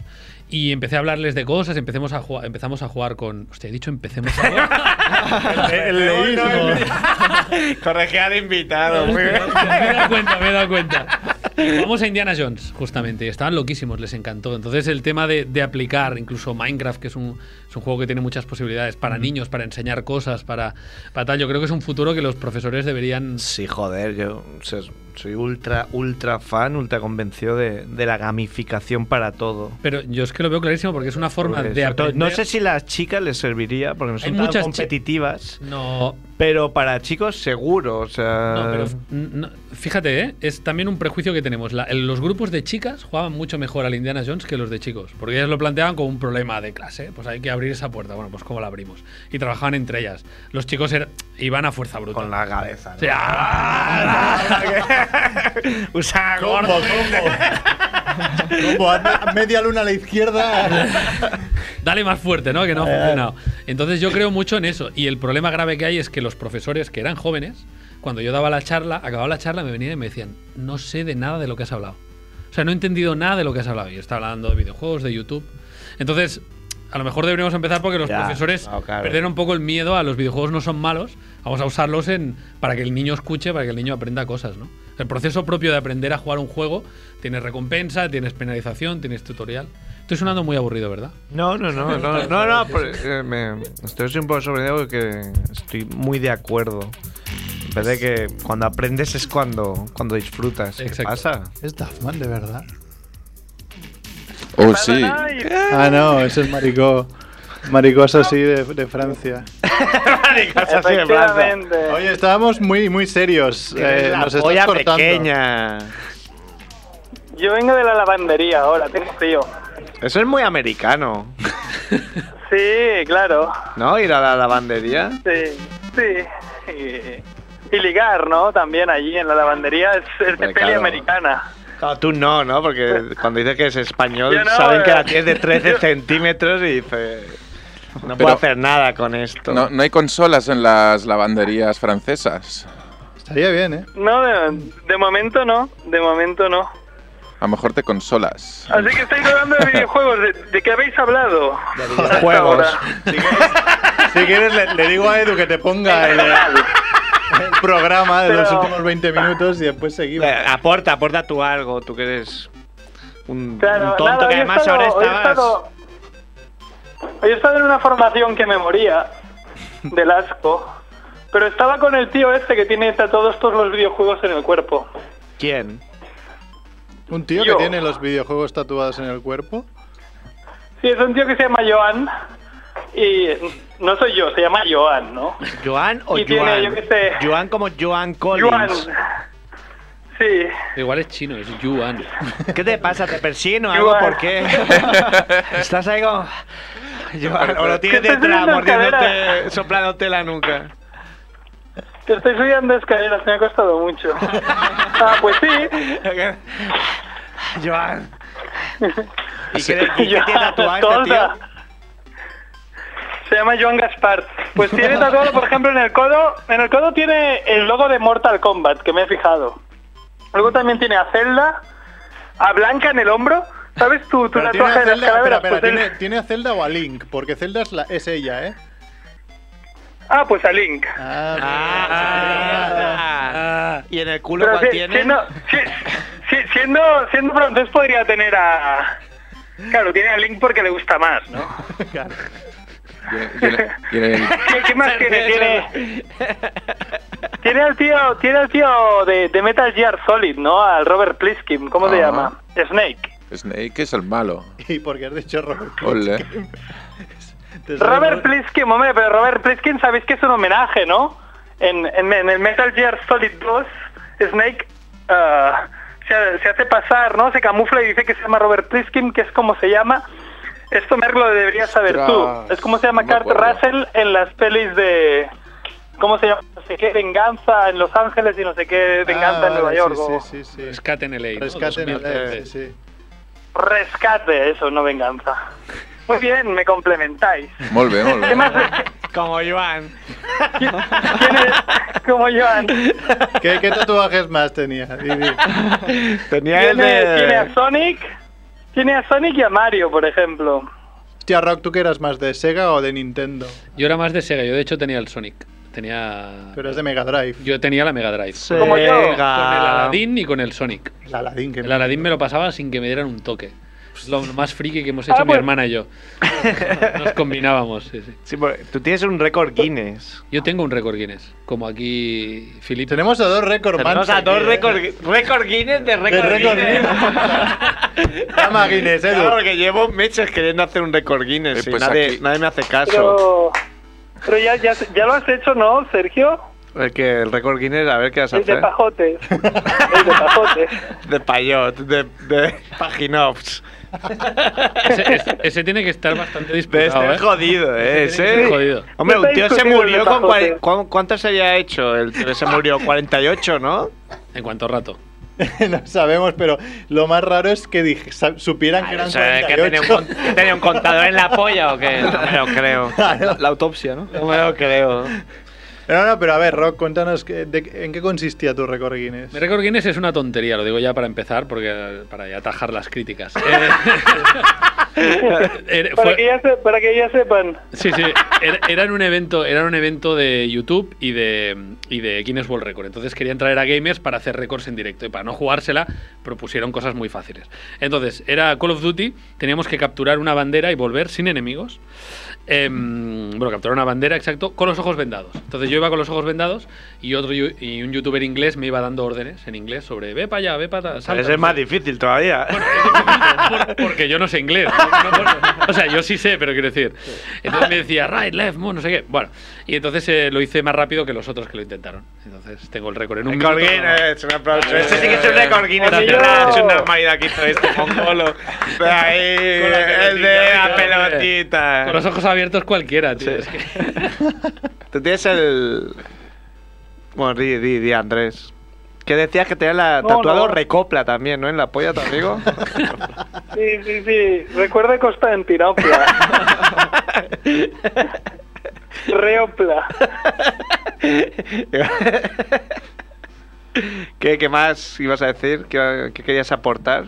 G: Y empecé a hablarles de cosas, empecemos a jugar, empezamos a jugar con... Hostia, he dicho empecemos
F: [LAUGHS]
G: a jugar.
F: [LAUGHS]
G: [LAUGHS]
F: El, [LAUGHS] Correge al invitado. [LAUGHS] muy bien.
G: me he dado cuenta, me he dado cuenta. Vamos a Indiana Jones, justamente. y Estaban loquísimos, les encantó. Entonces, el tema de, de aplicar incluso Minecraft, que es un, es un juego que tiene muchas posibilidades para niños, para enseñar cosas, para, para tal, yo creo que es un futuro que los profesores deberían.
F: Sí, joder, yo se- soy ultra, ultra fan, ultra convencido de, de la gamificación para todo.
G: Pero yo es que lo veo clarísimo porque es una forma
F: Porque,
G: de
F: sobre todo,
G: aprender.
F: Pues, No sé si a las chicas les serviría, porque no son
G: Hay
F: tan
G: muchas chi-
F: competitivas,
G: No,
F: pero para chicos seguro, o sea...
G: No, pero f- no, fíjate, ¿eh? es también un prejuicio que tenemos. La- el- los grupos de chicas jugaban mucho mejor al Indiana Jones que los de chicos, porque ellas lo planteaban como un problema de clase. Pues hay que abrir esa puerta. Bueno, pues ¿cómo la abrimos? Y trabajaban entre ellas. Los chicos era- iban a fuerza bruta.
F: Con la cabeza. ¿no?
G: O sea, ¡ah!
F: [LAUGHS] Usa
A: Combo,
F: gordo.
A: combo. Combo, a media luna a la izquierda.
G: Dale más fuerte, ¿no? Que no ha funcionado. Entonces yo creo mucho en eso. Y el problema grave que hay es que los profesores que eran jóvenes, cuando yo daba la charla, acababa la charla, me venían y me decían, no sé de nada de lo que has hablado. O sea, no he entendido nada de lo que has hablado. Y estaba hablando de videojuegos, de YouTube. Entonces, a lo mejor deberíamos empezar porque los
F: Ya,
G: profesores
F: no, claro.
G: perdieron un poco el miedo a los videojuegos no son malos. Vamos a usarlos en, para que el niño escuche, para que el niño aprenda cosas, ¿no? El proceso propio de aprender a jugar un juego tienes recompensa, tienes penalización, tienes tutorial. Estoy sonando muy aburrido, ¿verdad?
F: No, no, no, no, no, no, pero, eh, me- estoy un poco sorprendido porque estoy muy de acuerdo. En vez de que cuando aprendes es cuando, cuando disfrutas. ¿Qué
G: Exacto.
F: pasa?
A: es Duffman, de verdad.
I: Oh, sí.
A: Ah, no, ese es Maricó. Maricó es así de, de Francia.
K: Efectivamente.
A: Oye, estábamos muy, muy serios. Eh,
F: la
A: nos estás
F: polla
A: cortando.
F: pequeña.
K: Yo vengo de la lavandería ahora, tengo frío.
F: Eso es muy americano,
K: Sí, claro.
F: ¿no? Ir a la lavandería.
K: Sí, sí. Y, y ligar, ¿no? También allí en la lavandería es, es de
F: Hombre,
K: peli
F: claro.
K: americana.
F: Claro, tú no, ¿no? Porque cuando dices que es español,
K: Yo no,
F: saben que
K: eh.
F: la tienes de 13 centímetros y dices. No puedo
B: Pero-
F: hacer nada con esto.
B: No, no hay consolas en las lavanderías francesas.
A: Estaría bien, ¿eh?
K: No, de, de momento no, de momento no.
B: A lo mejor te consolas.
K: Así que estáis hablando de videojuegos, ¿de, de qué habéis hablado?
F: Los juegos.
A: Si quieres, le, le digo a Edu que te ponga el, el programa de los
K: Pero-
A: últimos 20 minutos y después seguimos.
F: Eh, Aporta, aporta tú algo, tú que eres un,
K: Claro,
F: un tonto
K: nada, hoy
F: que
K: he
F: además
K: estado-
F: ahora
K: hoy he
F: estabas.
K: estado- Hoy he estado en una formación que me moría del asco, pero estaba con el tío este que tiene tatuados todos los videojuegos en el cuerpo.
F: ¿Quién?
A: Un tío
K: Yo.
A: que tiene los videojuegos tatuados en el cuerpo.
K: Sí, es un tío que se llama Joan y
J: No soy yo, se llama Joan, ¿no?
C: Joan o
J: Y
C: Joan.
J: tiene, yo qué sé.
C: Joan como Joan
J: Joan.
C: Collins.
J: Sí.
G: Igual es chino, es Yuan.
C: ¿Qué te pasa? ¿Te persiguen o algo?
J: Joan.
C: ¿Por qué?
F: [LAUGHS]
C: ¿Estás ahí como... Joan, o lo tienes
J: Que te
C: detrás,
J: suben las
C: mordiéndote,
J: caderas.
C: soplándote la nuca.
J: Te estoy subiendo escaleras, me ha costado
F: [LAUGHS]
J: mucho. ah, pues sí.
C: Joan. ¿Y
J: Sí.
C: qué,
F: [LAUGHS]
C: y
J: [LAUGHS]
C: qué tiene
J: Joan
C: tatuado este tío?
J: Tolda. Se llama Joan Gaspar.
A: [LAUGHS]
J: Pues tiene tatuado, por ejemplo, en el codo. En el codo tiene el logo de Mortal Kombat, que me he fijado. Luego también tiene a Zelda, a Blanca en el hombro. ¿Sabes tú, tu
A: Pero tiene, a
J: tatuaje de las
A: Zelda, espera,
J: calaveras?
A: espera,
J: Pues el-
A: ¿tiene, tiene a Zelda o a Link? Porque Zelda es, la, es ella, ¿eh?
J: Ah, pues a Link.
A: Ah,
C: Ah, ¿Y en el culo
J: Pero
C: cuál
J: si-
C: tiene?
J: siendo, si- si- siendo, siendo francés podría tener a... Claro, tiene a Link porque le gusta más, ¿no?
B: Y en- y en el-
J: ¿Qué, qué más tiene? Tiene, tiene al tío, tiene al tío de, de Metal Gear Solid, ¿no? Al Robert Pliskin, ¿cómo se
B: Ah.
J: llama? Snake.
G: [LAUGHS]
B: Snake es el malo.
A: [LAUGHS] Y porque has dicho Robert.
B: Ole.
A: Te sale
J: Robert
A: Robert-
J: Pliskin, hombre, pero Robert Pliskin sabéis que es un homenaje, ¿no? En, en- en el Metal Gear Solid 2, Snake ah, se, se hace pasar, ¿no? Se camufla y dice que se llama Robert Pliskin, que es como se llama. Esto Merck lo deberías saber
B: Ostras,
J: tú. Es como se llama
B: no me
J: Kurt
B: acuerdo.
J: Russell en las pelis de... ¿Cómo se llama? No sé qué, venganza en Los Ángeles y no sé qué, venganza
A: Ah,
J: en Nueva
A: vale,
J: York.
A: sí,
J: o-
A: Sí, sí, sí.
G: Rescate en LA. ¿no?
A: Rescate en el
G: 2013.
A: eh, sí.
J: Rescate, eso, no venganza. Muy bien, me complementáis.
B: Molt bé, molt
J: ¿Qué más?
B: bé.
C: Como Joan.
J: ¿Quién es? Como Joan.
A: ¿Qué, qué tatuajes más tenía? Didi?
C: Tenía el
J: Tiene, tiene a
C: de...
J: Sonic. Tiene a Sonic y a Mario, por ejemplo.
A: Hostia, Rock, ¿tú que eras más de Sega o de Nintendo?
G: Yo era más de Sega, yo de hecho tenía el Sonic. Tenía.
A: Tú eras de Mega Drive.
G: Yo tenía la Mega Drive.
J: Como yo.
G: Con el
C: Sega.
G: Aladdin y con el Sonic.
A: El Aladdin. Que
G: El Aladdin me lo pasaba sin que me dieran un toque. Es lo más friki que hemos hecho
J: Ah,
G: mi
J: pues-
G: hermana y yo. Nos combinábamos, sí, sí.
C: Sí, porque tú tienes un récord Guinness.
G: Yo tengo un récord Guinness, como aquí Philip.
A: Tenemos a dos eh. récord
C: Tenemos a
A: [LAUGHS]
C: dos récord récord Guinness eh. de récord
A: récord
C: Guinness. [LAUGHS] Ah,
A: Llama Guinness, Ah, Edu.
C: Claro, porque llevo meses queriendo hacer un récord Guinness
B: Eh,
C: y
B: pues
C: nadie,
B: aquí-
C: nadie me hace caso.
J: Pero, pero ya, ya, ya lo has hecho, ¿no, Sergio?
C: Es que el récord Guinness, a ver qué vas a
J: El de
C: hacer. [LAUGHS]
J: pajotes. El de pajotes.
C: De payot, de, [LAUGHS] de paginovs.
G: Ese, ese- ese tiene que estar bastante
C: De
G: disputado,
C: este
G: ¿eh?
C: jodido, eh.
G: Ese tiene que
C: ese.
G: ser jodido.
C: Hombre, un
J: Está
C: tío se
J: discutido
C: murió
J: el
C: con.
J: pajote.
C: cuaren- ¿cuán- ¿Cuánto se había hecho? El tío que se murió, 48, ¿no?
G: En cuanto rato.
A: no sabemos, pero lo más raro es que dij- sa- supieran que eran
C: Eso es
A: 48.
C: que tenía un, con- que tenía un contador en la polla o qué? No me lo creo.
A: Claro.
F: La autopsia, ¿no?
C: No me lo creo.
A: No, no, pero a ver, Rock, cuéntanos qué- de- en qué consistía tu récord Guinness.
G: Mi récord Guinness es una tontería, lo digo ya para empezar, porque para ya atajar las críticas. Eh, [LAUGHS] eh, fue-
J: Para que ya, se- para que ya sepan.
G: Sí, sí. Era, era en un evento, era en un evento de YouTube y de, y de Guinness World Record. Entonces querían traer a gamers para hacer récords en directo. Y para no jugársela, propusieron cosas muy fáciles. Entonces, era Call of Duty, teníamos que capturar una bandera y volver sin enemigos. Em, bueno, capturar una bandera, exacto, con los ojos vendados. Entonces yo iba con los ojos vendados y otro yu- y un youtuber inglés me iba dando órdenes en inglés sobre ve para allá, ve para allá.
C: Ese es más difícil todavía.
G: Por- porque yo no sé inglés. No, no, por- o sea, yo sí sé, pero quiero decir. Entonces me decía, right, left, move, no sé qué. Bueno, y entonces eh, lo hice más rápido que los otros que lo intentaron. Entonces tengo el récord en un
C: Récord
G: minuto.
C: Guinness, un aplauso. Este sí que es un
G: Eh,
C: récord Guinness.
J: Hola,
C: ¿verdad?
J: tío.
C: Es una normalidad que hizo este mongolo. De Ahí,
G: Con la pelotita,
C: el de la
G: hombre.
C: pelotita.
G: Con los ojos abiertos cualquiera,
C: Sí.
G: tío. es que-
C: Tú tienes el. Bueno, di, di, di, Andrés. Que decías que tenías la
J: No,
C: tatuado
J: no.
C: recopla también, ¿no? En la polla, tu
J: [LAUGHS]
C: amigo. [LAUGHS]
J: Sí, sí, sí. Recuerde
C: [LAUGHS]
J: Constantinopla. Reopla.
C: ¿Qué, ¿Qué más ibas a decir? ¿Qué, qué querías aportar?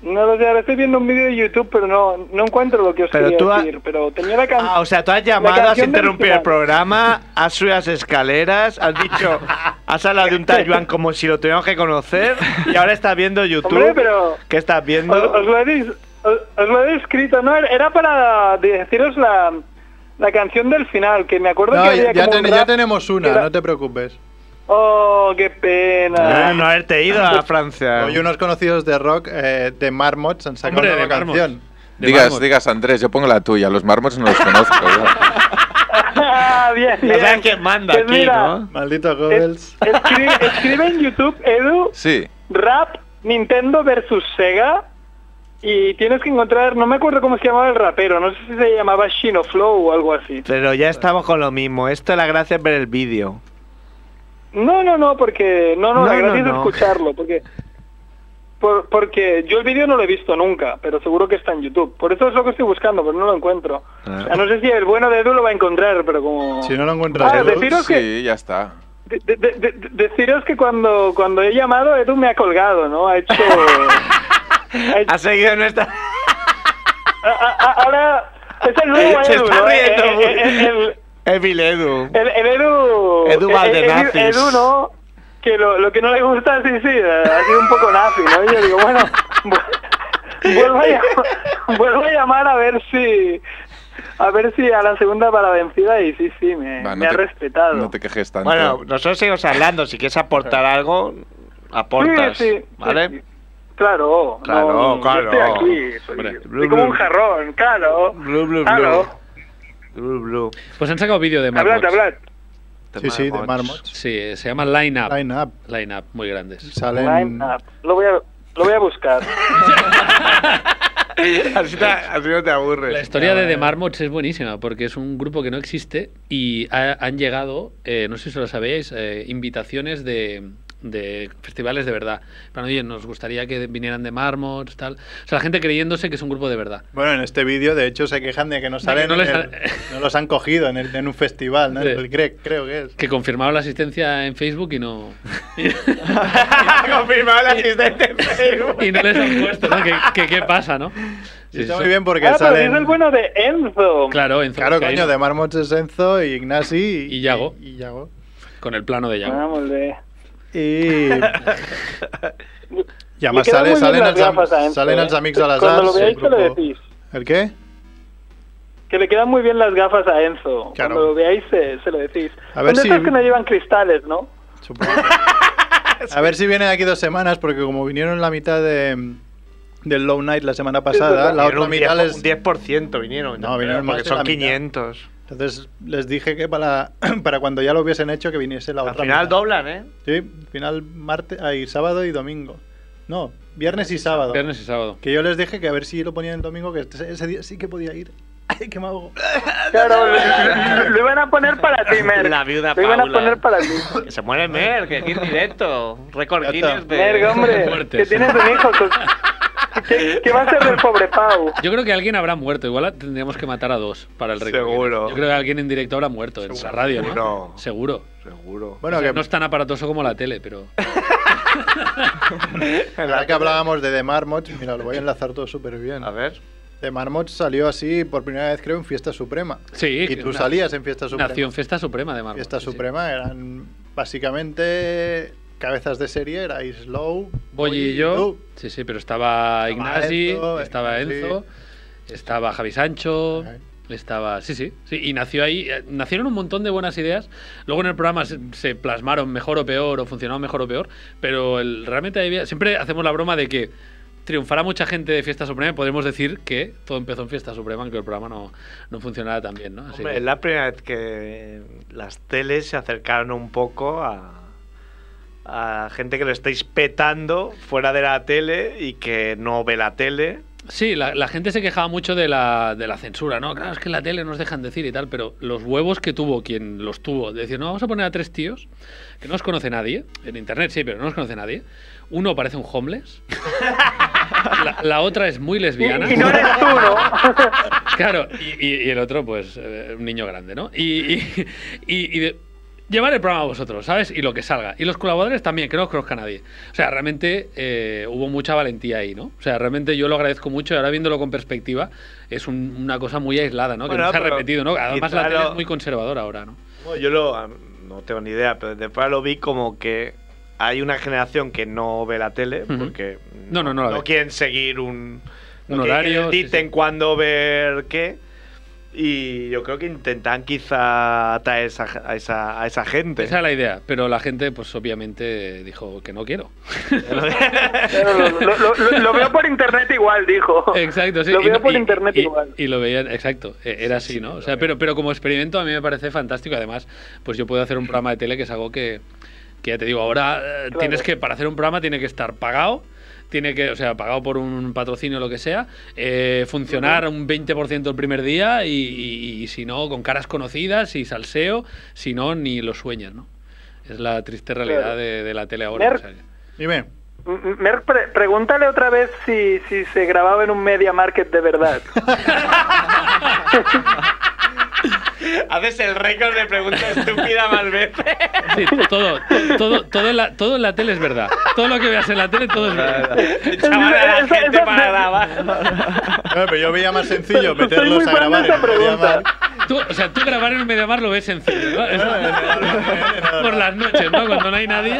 J: No lo sé, ahora estoy viendo un vídeo de YouTube, pero no, no encuentro lo que os
C: Pero
J: quería
C: tú ha-
J: decir. Pero tenía la canción.
C: Ah, o sea, tú has llamado, has
J: canción del
C: interrumpido el
J: final.
C: programa, has subido las escaleras, has
J: [LAUGHS]
C: dicho, has hablado de un tal Joan como si lo tuviéramos que conocer y ahora estás viendo YouTube.
J: Hombre, pero-
C: ¿Qué estás viendo?
J: Os, os lo he, dis- os- os lo he escrito, ¿no? Era para deciros la, la canción del final, que me acuerdo
A: No,
J: que
A: ya,
J: había
A: ya
J: como un
A: ten- ya
J: rap
A: tenemos
J: que
A: una,
J: era-
A: no te preocupes.
J: Oh, qué pena.
C: Ah, no haberte ido a Francia.
A: Hoy unos conocidos de Rock eh, de Marmots han sacado
G: Hombre,
A: una
G: de
A: nueva
G: Marmots.
A: canción.
B: digas,
L: mármol.
B: digas, Andrés, yo pongo la tuya. Los mármoles no los conozco.
J: [LAUGHS]
B: ya.
J: [LAUGHS] Ah, bien, bien.
M: No saben quién manda
J: Pues
M: aquí,
J: mira,
M: ¿no?
A: Maldito Goebbels.
J: Escribe, escribe en YouTube, Edu,
B: Sí.
J: rap Nintendo versus Sega. Y tienes que encontrar, no me acuerdo cómo se llamaba el rapero, no sé si se llamaba Shinoflow o algo así.
C: Pero ya estamos con lo mismo. Esto la gracia es ver el vídeo.
J: No, no, no, porque. No, no,
C: No,
J: la
C: no,
J: gracia es
C: no.
J: escucharlo, porque. por- porque yo el vídeo no lo he visto nunca, pero seguro que está en YouTube. Por eso es lo que estoy buscando, pero no lo encuentro.
C: Ah.
J: A no sé si el bueno de Edu lo va a encontrar, pero como.
A: Si no lo encuentras,
J: Ah,
A: Edu,
J: deciros
B: sí,
J: que-
B: ya está.
J: de- de- de- de- deciros que cuando, cuando he llamado, Edu me ha colgado, ¿no?
C: [LAUGHS]
J: Ha hecho. ha hecho-
C: Ha seguido nuestra. [LAUGHS]
J: a- a- a- ahora. Es el nuevo
C: Se
J: Edu,
C: está
J: ¿no?
C: riendo,
J: El- el- el- el-
C: Evil Edu.
J: El, el Edu.
C: Edu
J: el-
C: Valdenazis.
J: el- Edu, ¿no? Que lo, lo que no le gusta, sí, sí, ha sido un poco nazi, ¿no? Y yo digo, bueno, [LAUGHS] vu- vuelvo a, llam- [LAUGHS] vuelvo a llamar a ver si. A ver si a la segunda para la vencida, y sí, sí, me,
B: Va, no
J: me ha
B: te-
J: respetado.
B: No te quejes tanto.
C: Bueno, nosotros seguimos hablando. Si quieres aportar algo, aportas.
J: Sí, sí,
C: ¿Vale?
J: sí. Claro,
C: Claro,
J: no, yo
C: claro.
J: estoy aquí, soy,
G: Hombre.
J: soy como un jarrón, claro.
C: Blu, blu,
J: Claro,
C: blu. Blu, blu.
G: Pues han sacado vídeo de
J: hablad,
G: Marmots.
J: hablad.
A: Sí, sí, de Marmots.
G: Sí, eh, se llama Line Up.
A: Line up.
G: Line Up, muy grandes.
A: Salen.
J: Line up. Lo voy a, lo voy a buscar.
C: [LAUGHS] Así, te- así no te aburres.
A: Pues,
G: La historia de The Marmots es buenísima porque es un grupo que no existe y ha- han llegado, eh, no sé si lo sabéis, eh, invitaciones de, de festivales de verdad. Pero oye, nos gustaría que vinieran de Marmots, tal. O sea, la gente creyéndose que es un grupo de verdad.
A: Bueno, en este vídeo, de hecho, se quejan de que no salen.
G: no
A: en
G: les
A: el-
G: sale-
A: no los han cogido en, el- en un festival, ¿no?
G: Sí.
A: El Greg, creo que
G: [LAUGHS]
A: es.
G: Que confirmaron la asistencia en Facebook y no. [LAUGHS] Ah,
C: Confirmado el asistente en Facebook.
G: y no les han puesto, ¿no? Que, que qué pasa, ¿no? Sí,
A: Está
G: sí,
A: muy
G: sí.
A: bien porque
J: Ah, pero
A: salen.
J: es el bueno de Enzo.
G: Claro, Enzo
A: Claro,
G: Vizcaíno,
A: coño, de Marmots es Enzo y Ignasi y,
G: Y Yago.
A: Y, Yago.
G: Con el plano de Yago.
J: Ah, molt bé. [LAUGHS]
A: Y. I a
J: Li
A: més
J: queden
A: sale,
J: molt
A: salen,
J: bé les
A: els, am
J: gafes a Enzo,
A: salen
J: eh?
A: els amics de les
J: Cuando lo
A: arts.
J: veáis, que lo
A: grupo-
J: decís.
A: ¿El qué?
J: Que le quedan muy bien las gafas a Enzo.
A: Claro.
J: Cuando lo veáis, se, se lo decís.
A: A ver
J: Son de
A: si-
J: esas que no llevan cristales, ¿no?
A: Supongo. A ver si vienen aquí dos semanas, porque como vinieron la mitad de, del Low Night la semana pasada, la
C: pues, Vinieron
A: otra
C: un
A: mitad
C: 10%,
A: les...
C: un 10% vinieron.
A: No, vinieron más
C: porque
A: de
C: son
A: la mitad.
C: 500.
A: Entonces les dije que para, [CLEARS THROAT] para cuando ya lo hubiesen hecho que viniese la
C: Al
A: otra
C: final
A: mitad.
C: doblan, ¿eh?
A: Sí, al final martes, ay, sábado y domingo. No, viernes y sábado.
G: Viernes y sábado.
A: Que yo les dije que a ver si lo ponían el domingo, que ese ese día sí que podía ir. [LAUGHS] Ay, qué mago.
G: [LAUGHS]
J: Claro, lo- lo iban a poner para ti, Mer.
C: La viuda
J: Lo iban a
C: Paula.
G: ¿eh?
J: poner para ti.
C: Que se muere Mer, que aquí en directo. Récord
A: Ya
C: Guinness
A: está.
C: de...
J: Mer, hombre,
G: Fuerte,
J: que
G: sí.
J: tienes un hijo. con- ¿Qué, qué va a ser del pobre Pau?
G: Yo creo que alguien habrá muerto. Igual a- tendríamos que matar a dos para el récord.
C: Seguro.
G: Yo creo que alguien en directo habrá muerto en la radio, ¿no?
C: Seguro.
G: Seguro.
C: Seguro.
A: Bueno,
G: O sea,
A: que
G: no es tan aparatoso como la tele, pero.
A: ahora que hablábamos de The Marmots, mira, lo voy a enlazar todo súper bien.
C: A ver.
A: The Marmots salió así por primera vez, creo, en Fiesta Suprema.
G: Sí,
A: Y tú
G: na-
A: salías en Fiesta Suprema.
G: Nación Fiesta Suprema, además.
A: Fiesta Suprema eran básicamente cabezas de serie, era Slow,
G: Boy y yo. Sí, sí, pero estaba Ignasi,
A: Enzo,
G: estaba
A: sí.
G: Enzo, estaba Javi Sancho.
A: Ajá.
G: Estaba, sí, sí, sí, y nació ahí, eh, nacieron un montón de buenas ideas, luego en el programa se, se plasmaron mejor o peor, o funcionaron mejor o peor, pero el- realmente había- siempre hacemos la broma de que triunfará mucha gente de Fiesta Suprema y podremos decir que todo empezó en Fiesta Suprema, aunque el programa no, no funcionara tan bien, ¿no? Así
C: Hombre,
G: que-
C: es la primera vez que [LAUGHS] las teles se acercaron un poco a, a gente que lo estáis petando fuera de la tele y que no ve la tele.
G: Sí, la, la gente se quejaba mucho de la, de la censura, ¿no? Claro, es que en la tele nos dejan decir y tal, pero los huevos que tuvo quien los tuvo, de decir, no, vamos a poner a tres tíos que no os conoce nadie, en internet sí, pero no os conoce nadie. Uno parece un homeless, [LAUGHS] la, la otra es muy
J: Y,
G: lesbiana.
J: y no eres tú, ¿no?
G: Claro, y, y- y el otro, pues, eh, un niño grande, ¿no? Y, y- y- y de- llevar el programa a vosotros, ¿sabes? Y lo que salga. Y los colaboradores también, que no os conozca nadie. O sea, realmente eh, hubo mucha valentía ahí, ¿no? O sea, realmente yo lo agradezco mucho y ahora viéndolo con perspectiva, es un- una cosa muy aislada, ¿no?
C: Bueno,
G: que no se ha
C: pero
G: repetido, ¿no? Además,
C: quizá
G: la tele
C: lo-
G: es muy conservadora ahora, ¿no?
C: No, yo lo, ah, no tengo ni idea, pero de fuera lo vi como que hay una generación que no ve la tele
G: Ujú.
C: porque
G: No, no, no la ve.
C: quieren seguir un,
G: Un
C: no quieren que
G: horario,
C: les
G: sí,
C: dicten
G: sí.
C: cuándo ver qué. Y yo creo que intentan quizá atraer esa- a, esa, a esa gente. [LAUGHS]
G: Esa es la idea, pero la gente, pues obviamente, dijo que no quiero.
J: Lo, lo- lo- lo veo por internet igual, [LAUGHS] dijo.
G: Exacto, sí.
J: Lo
G: y
J: veo
G: no-
J: por
G: y-
J: internet
G: y-
J: igual.
G: Y lo veían, exacto. e- Era así, ¿no? O sea, pero, pero como experimento a mí me parece fantástico. Además, pues yo puedo hacer un programa de tele que es algo que, que ya te digo, ahora eh,
N: Claro.
G: tienes que, para hacer un programa, tiene que estar pagado. Tiene que, o sea, pagado por un patrocinio o lo que sea, eh, funcionar un 20% el primer día y, y- y si no, con caras conocidas y salseo, si no, ni lo sueñas, ¿no? Es la triste realidad
J: Claro.
G: de, de la tele ahora.
J: Mer-
G: o sea que-
A: Dime.
J: M- Mer, pre- pregúntale otra vez si, si se grababa en un media market
G: [LAUGHS]
J: de verdad.
O: Haces el récord de pregunta estúpida más veces.
G: [LAUGHS] Sí, todo, to- todo, todo, en la, todo en la tele es verdad. Todo lo que veas en la tele, todo es verdad.
O: Chaval, a la gente para grabar.
A: Claro, pero yo veía más sencillo
G: [LAUGHS] Estoy muy
A: meterlos a
G: fan de
A: grabar.
G: esa
A: en media mar.
G: Tú, o sea, tú grabar en un Mediamar lo ves sencillo, ¿no? Es- Por las noches, ¿no? Cuando no hay nadie.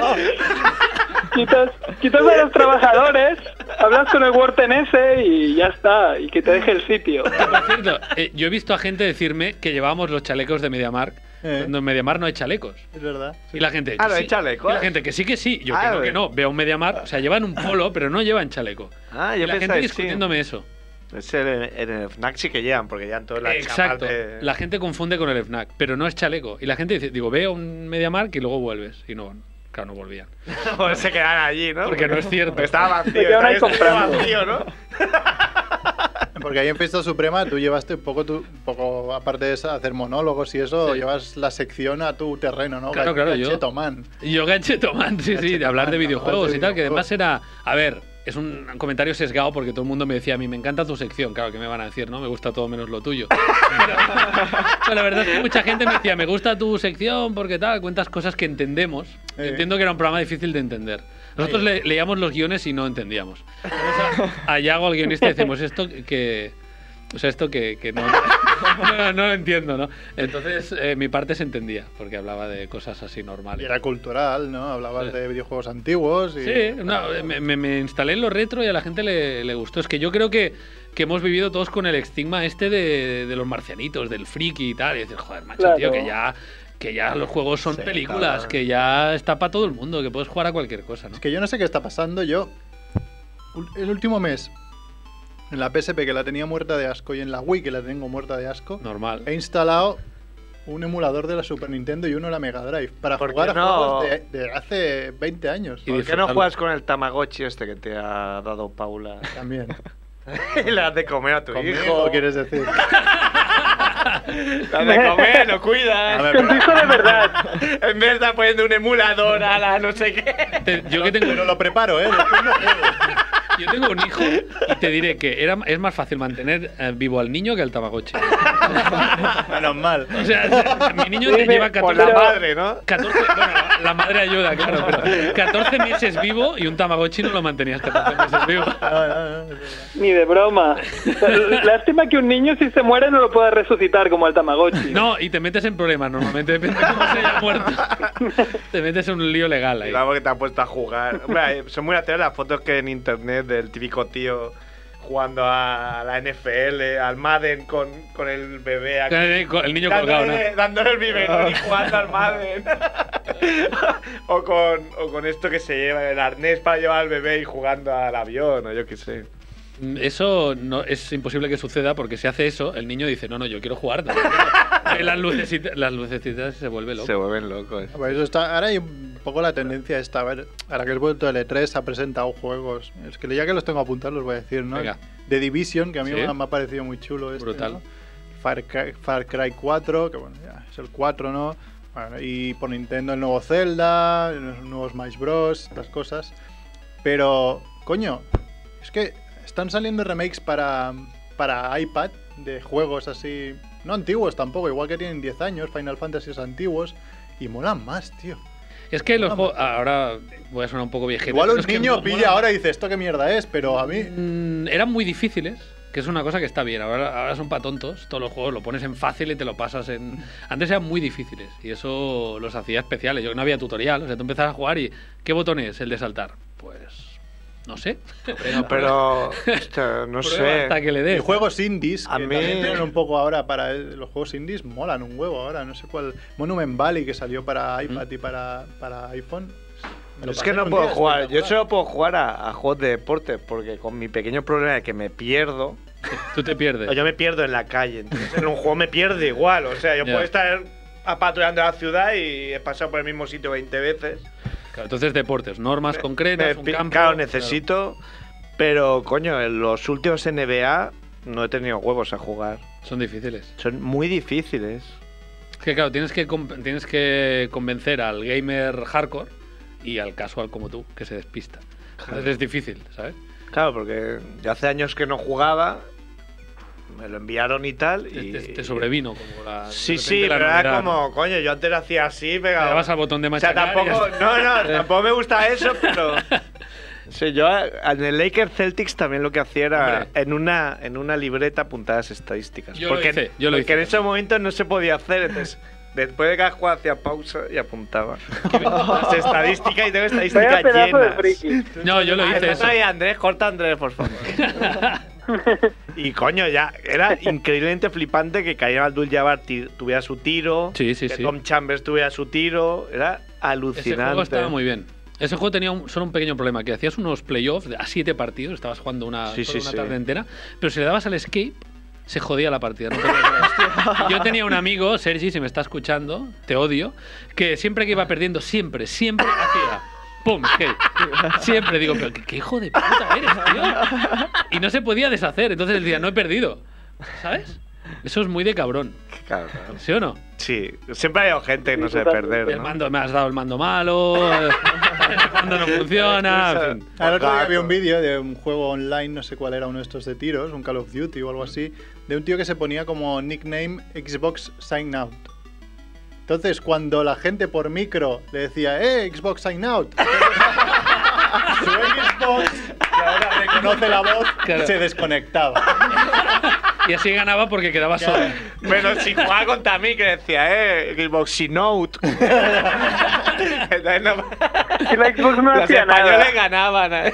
J: quitas, quitas a los trabajadores, hablas con el WordNS y ya está, y que te deje el sitio.
G: Por cierto, eh, yo he visto a gente decirme que llevábamos los chalecos de Mediamar. Cuando en Mediamar no hay chalecos.
A: Es verdad.
G: Y la gente.
C: Ah,
G: que
C: no hay
G: Eh. sí.
C: chalecos.
G: Y la gente que sí, que sí. Yo
C: Ah,
G: creo que
C: eh.
G: no. Veo un Mediamar. O sea, llevan un polo, pero no llevan chaleco.
C: Ah,
G: Y
C: yo
G: la
C: pensaba
G: gente
C: que sí.
G: discutiéndome eso.
C: Es el- en el FNAC sí que llegan, porque llegan todas las
G: Exacto.
C: chapas de- [LAUGHS]
G: La gente confunde con el FNAC, pero no es chaleco. Y la gente dice, digo, veo un MediaMark y luego vuelves. Y no, claro, no volvían.
C: Porque Pues se quedan allí, ¿no?
G: Porque no es cierto.
C: Porque estaba
G: Se
C: vacío.
G: quedan ahí
C: estaba- estaba
A: comprando.
C: vacío, ¿no?
A: Porque ahí en Fiesta Suprema tú llevaste un poco, tu, un poco aparte de esa, hacer monólogos y eso, llevas la sección a tu terreno, ¿no?
G: Claro, claro, yo-
A: Gacheto Man.
G: Y yo gancheto man, sí, sí, de hablar de videojuegos y tal, que además era, a ver, es un comentario sesgado porque todo el mundo me decía a mí, me encanta tu sección, claro que me van a decir, ¿no? Me gusta todo menos lo tuyo. [LAUGHS] Pero, pero [LAUGHS] la verdad es que mucha gente me decía, me gusta tu sección porque tal, cuentas cosas que entendemos. Yo
N: Eh.
G: Entiendo que era un programa difícil de entender. Nosotros le- leíamos los guiones y no entendíamos. Entonces, a- a Yago, al guionista, le decimos esto que... O sea, esto que, que no, [LAUGHS] no, no lo entiendo, ¿no? Entonces, eh, mi parte se entendía, porque hablaba de cosas así normales.
A: Y era cultural, ¿no? Hablabas de videojuegos antiguos y...
G: Sí, no, me, me- me instalé en lo retro y a la gente le, le gustó. Es que yo creo que, que hemos vivido todos con el estigma este de, de los marcianitos, del friki y tal. Y decir, joder, macho,
N: Claro.
G: tío, que ya, que ya los juegos son
A: Sí,
G: películas,
A: cabrón.
G: que ya está para todo el mundo, que puedes jugar a cualquier cosa, ¿no?
A: Es que yo no sé qué está pasando. Yo, ul- el último mes, en la PSP que la tenía muerta de asco y en la Wii que la tengo muerta de asco,
G: Normal.
A: he instalado un emulador de la Super Nintendo y uno de la Mega Drive para jugar a
C: no?
A: juegos de, de hace 20 años.
C: ¿Por qué no juegas con el Tamagotchi este que te ha dado Paula?
G: [LAUGHS]
A: También.
C: [LAUGHS] y le has de comer a tu
A: Conmigo,
C: hijo.
A: quieres decir?
C: Le has de comer, lo cuidas.
A: A
C: [LAUGHS]
A: ver, pero-
C: hijo de verdad. en vez de estar poniendo un emulador a la no sé qué.
G: yo que tengo...
A: Pero lo preparo, ¿eh? Después no juego.
G: Yo tengo un hijo y te diré que era, es más fácil mantener eh, vivo al niño que al tamagotchi.
A: Menos mal.
G: [LAUGHS] O sea, mi niño
C: Sí,
G: lleva
C: por
G: 14
C: la madre, ¿no?
G: 14, bueno, la madre ayuda, claro, pero 14 meses vivo y un tamagotchi no lo mantenías 14 meses vivo.
A: Ah,
J: Ni de broma. Lástima que un niño si se muere no lo pueda resucitar como al Tamagotchi.
G: No, y te metes en problemas normalmente, depende de cómo se haya muerto. Te metes en un lío legal ahí.
C: Claro que te ha puesto a jugar. Hombre, eh, son muy ateras las fotos que en internet del típico tío jugando a la NFL, al Madden con, con el bebé aquí.
G: El, el niño colgado,
C: dándole,
G: ¿no? Ah.
C: dándole el biberón y jugando al Madden. [LAUGHS] o, con, o con esto que se lleva, el arnés para llevar al bebé y jugando al avión, o yo qué sé.
G: Eso no, es imposible que suceda porque si hace eso, el niño dice, no, no, yo quiero jugar. también quiero". Ve las lucecitas, las lucecitas y se vuelve loco.
C: Se vuelven locos.
A: Pues eso está, ahora hay un poco la tendencia esta, a ver, ahora que has vuelto el E3 ha presentado juegos, es que ya que los tengo apuntados los voy a decir, ¿no?
G: Venga.
A: The Division, que a mí
G: Sí.
A: me ha- me ha parecido muy chulo este,
G: Brutal.
A: ¿no? Far, Cry, Far Cry 4, que bueno, ya es el 4, ¿no? Bueno, y por Nintendo el nuevo Zelda, los nuevos Smash Bros, estas cosas. Pero, coño, es que están saliendo remakes para, para iPad de juegos así, no antiguos tampoco, igual que tienen 10 años, Final Fantasy antiguos, y molan más, tío.
G: Es que los juegos... Ahora voy a sonar un poco viejito.
A: Igual
G: pero
A: un
G: es que
A: niño
G: mo-
A: pilla
G: mola.
A: ahora y dice, ¿esto qué mierda es? Pero a mí...
G: Mm, eran muy difíciles, que es una cosa que está bien. Ahora, ahora son para tontos. Todos los juegos lo pones en fácil y te lo pasas en. Antes eran muy difíciles y eso los hacía especiales. Yo no había tutorial. O sea, tú empezabas a jugar y. ¿Qué botón es el de saltar? Pues. No sé. [LAUGHS]
C: Pero, pero hostia, no sé.
A: Y juegos indies, que
C: A mí-
A: también tienen un poco ahora para... eh, Los juegos indies molan un huevo ahora, no sé cuál... Monument Valley, que salió para iPad y para, para iPhone. Me lo
C: es
A: pasé
C: que no
A: un
C: puedo
A: día
C: jugar. Yo solo puedo jugar a, a juegos de deporte porque con mi pequeño problema de que me pierdo.
G: Tú te pierdes.
C: Yo me pierdo en la calle. Entonces en un juego me pierdo igual. O sea, yo
G: Ya.
C: puedo estar patrullando la ciudad y he pasado por el mismo sitio 20 veces.
G: Claro, entonces deportes, normas
C: Me-
G: Pues concretas,
C: me
G: un
C: pi-
G: campo,
C: claro, necesito. Pero, coño, en los últimos NBA no he tenido huevos a jugar.
G: Son difíciles.
C: Son muy difíciles.
G: Es que claro, tienes que, com- tienes que convencer al gamer hardcore y al casual como tú, que se despista. Entonces es difícil, ¿sabes?
C: Claro, porque yo hace años que no jugaba. Me lo enviaron y tal.
G: Te,
C: Y,
G: te- te sobrevino como la.
C: Sí,
G: de
C: sí,
G: repente la
C: pero era
G: novedad, ¿no?
C: como, coño, yo antes lo hacía así, pegado.
G: Le dabas al botón de
C: O sea,
G: machacar. y
C: tampoco,
G: ya está.
C: no,
G: [LAUGHS]
C: no, tampoco me gusta eso, pero. [LAUGHS] Sí, yo eh, en el Lakers Celtics también lo que hacía era
G: Hombre.
C: en una, en una libreta apuntadas estadísticas.
G: Yo lo
C: porque
G: hice, yo lo
C: porque
G: hice
C: en ese momento no se podía hacer, entonces. Después de cada jugada hacía pausa y apuntaba. [LAUGHS] Las estadísticas y tengo estadísticas
J: Vaya pedazo de
C: llenas.
G: No, yo lo
C: Ah,
G: hice
C: no
G: eso.
C: soy Andrés, corta a Andrés, por favor. [LAUGHS] y coño, ya era increíblemente flipante que Karim Abdul Jabbar ti- tuviera su tiro,
G: Sí, sí,
C: que
G: sí.
C: Tom Chambers tuviera su tiro, era alucinante.
G: Ese juego estaba muy bien. Ese juego tenía un- solo un pequeño problema, que hacías unos playoffs de- a siete partidos, estabas jugando una,
C: Sí,
G: solo
C: sí,
G: una
C: sí.
G: tarde entera, pero si le dabas al escape, se jodía la partida. no podías
C: [LAUGHS]
G: jugar. Y Yo tenía un amigo, Sergi, si me está escuchando, te odio, que siempre que iba perdiendo, siempre, siempre hacía... ¡Pum! escape. Siempre digo, pero qué, qué hijo de puta eres, tío. Y no se podía deshacer, entonces él decía, no he perdido. ¿Sabes? Eso es muy de cabrón,
C: Claro.
G: ¿sí o no?
C: Sí, siempre hay gente que no sabe
G: totalmente.
C: perder.
G: El
C: ¿no?
G: mando, me has dado el mando malo, eh, cuando no funciona, en fin.
A: Ah,
C: Ah,
A: Al otro día había un vídeo de un juego online, no sé cuál era uno de estos de tiros, un Call of Duty o algo así, de un tío que se ponía como nickname Xbox Sign Out. Entonces, cuando la gente por micro le decía, ¡eh, Xbox Sign
C: [LAUGHS]
A: Out! [LAUGHS] su Xbox, que ahora reconoce la voz,
G: Claro.
A: se desconectaba.
G: Y así ganaba porque quedaba solo.
C: Pero si jugaba contra mí, que decía, eh, Xbox Sinout. Entonces no-
J: la Xbox no
C: Los
J: hacía nada.
C: españoles ganaban. ¿eh?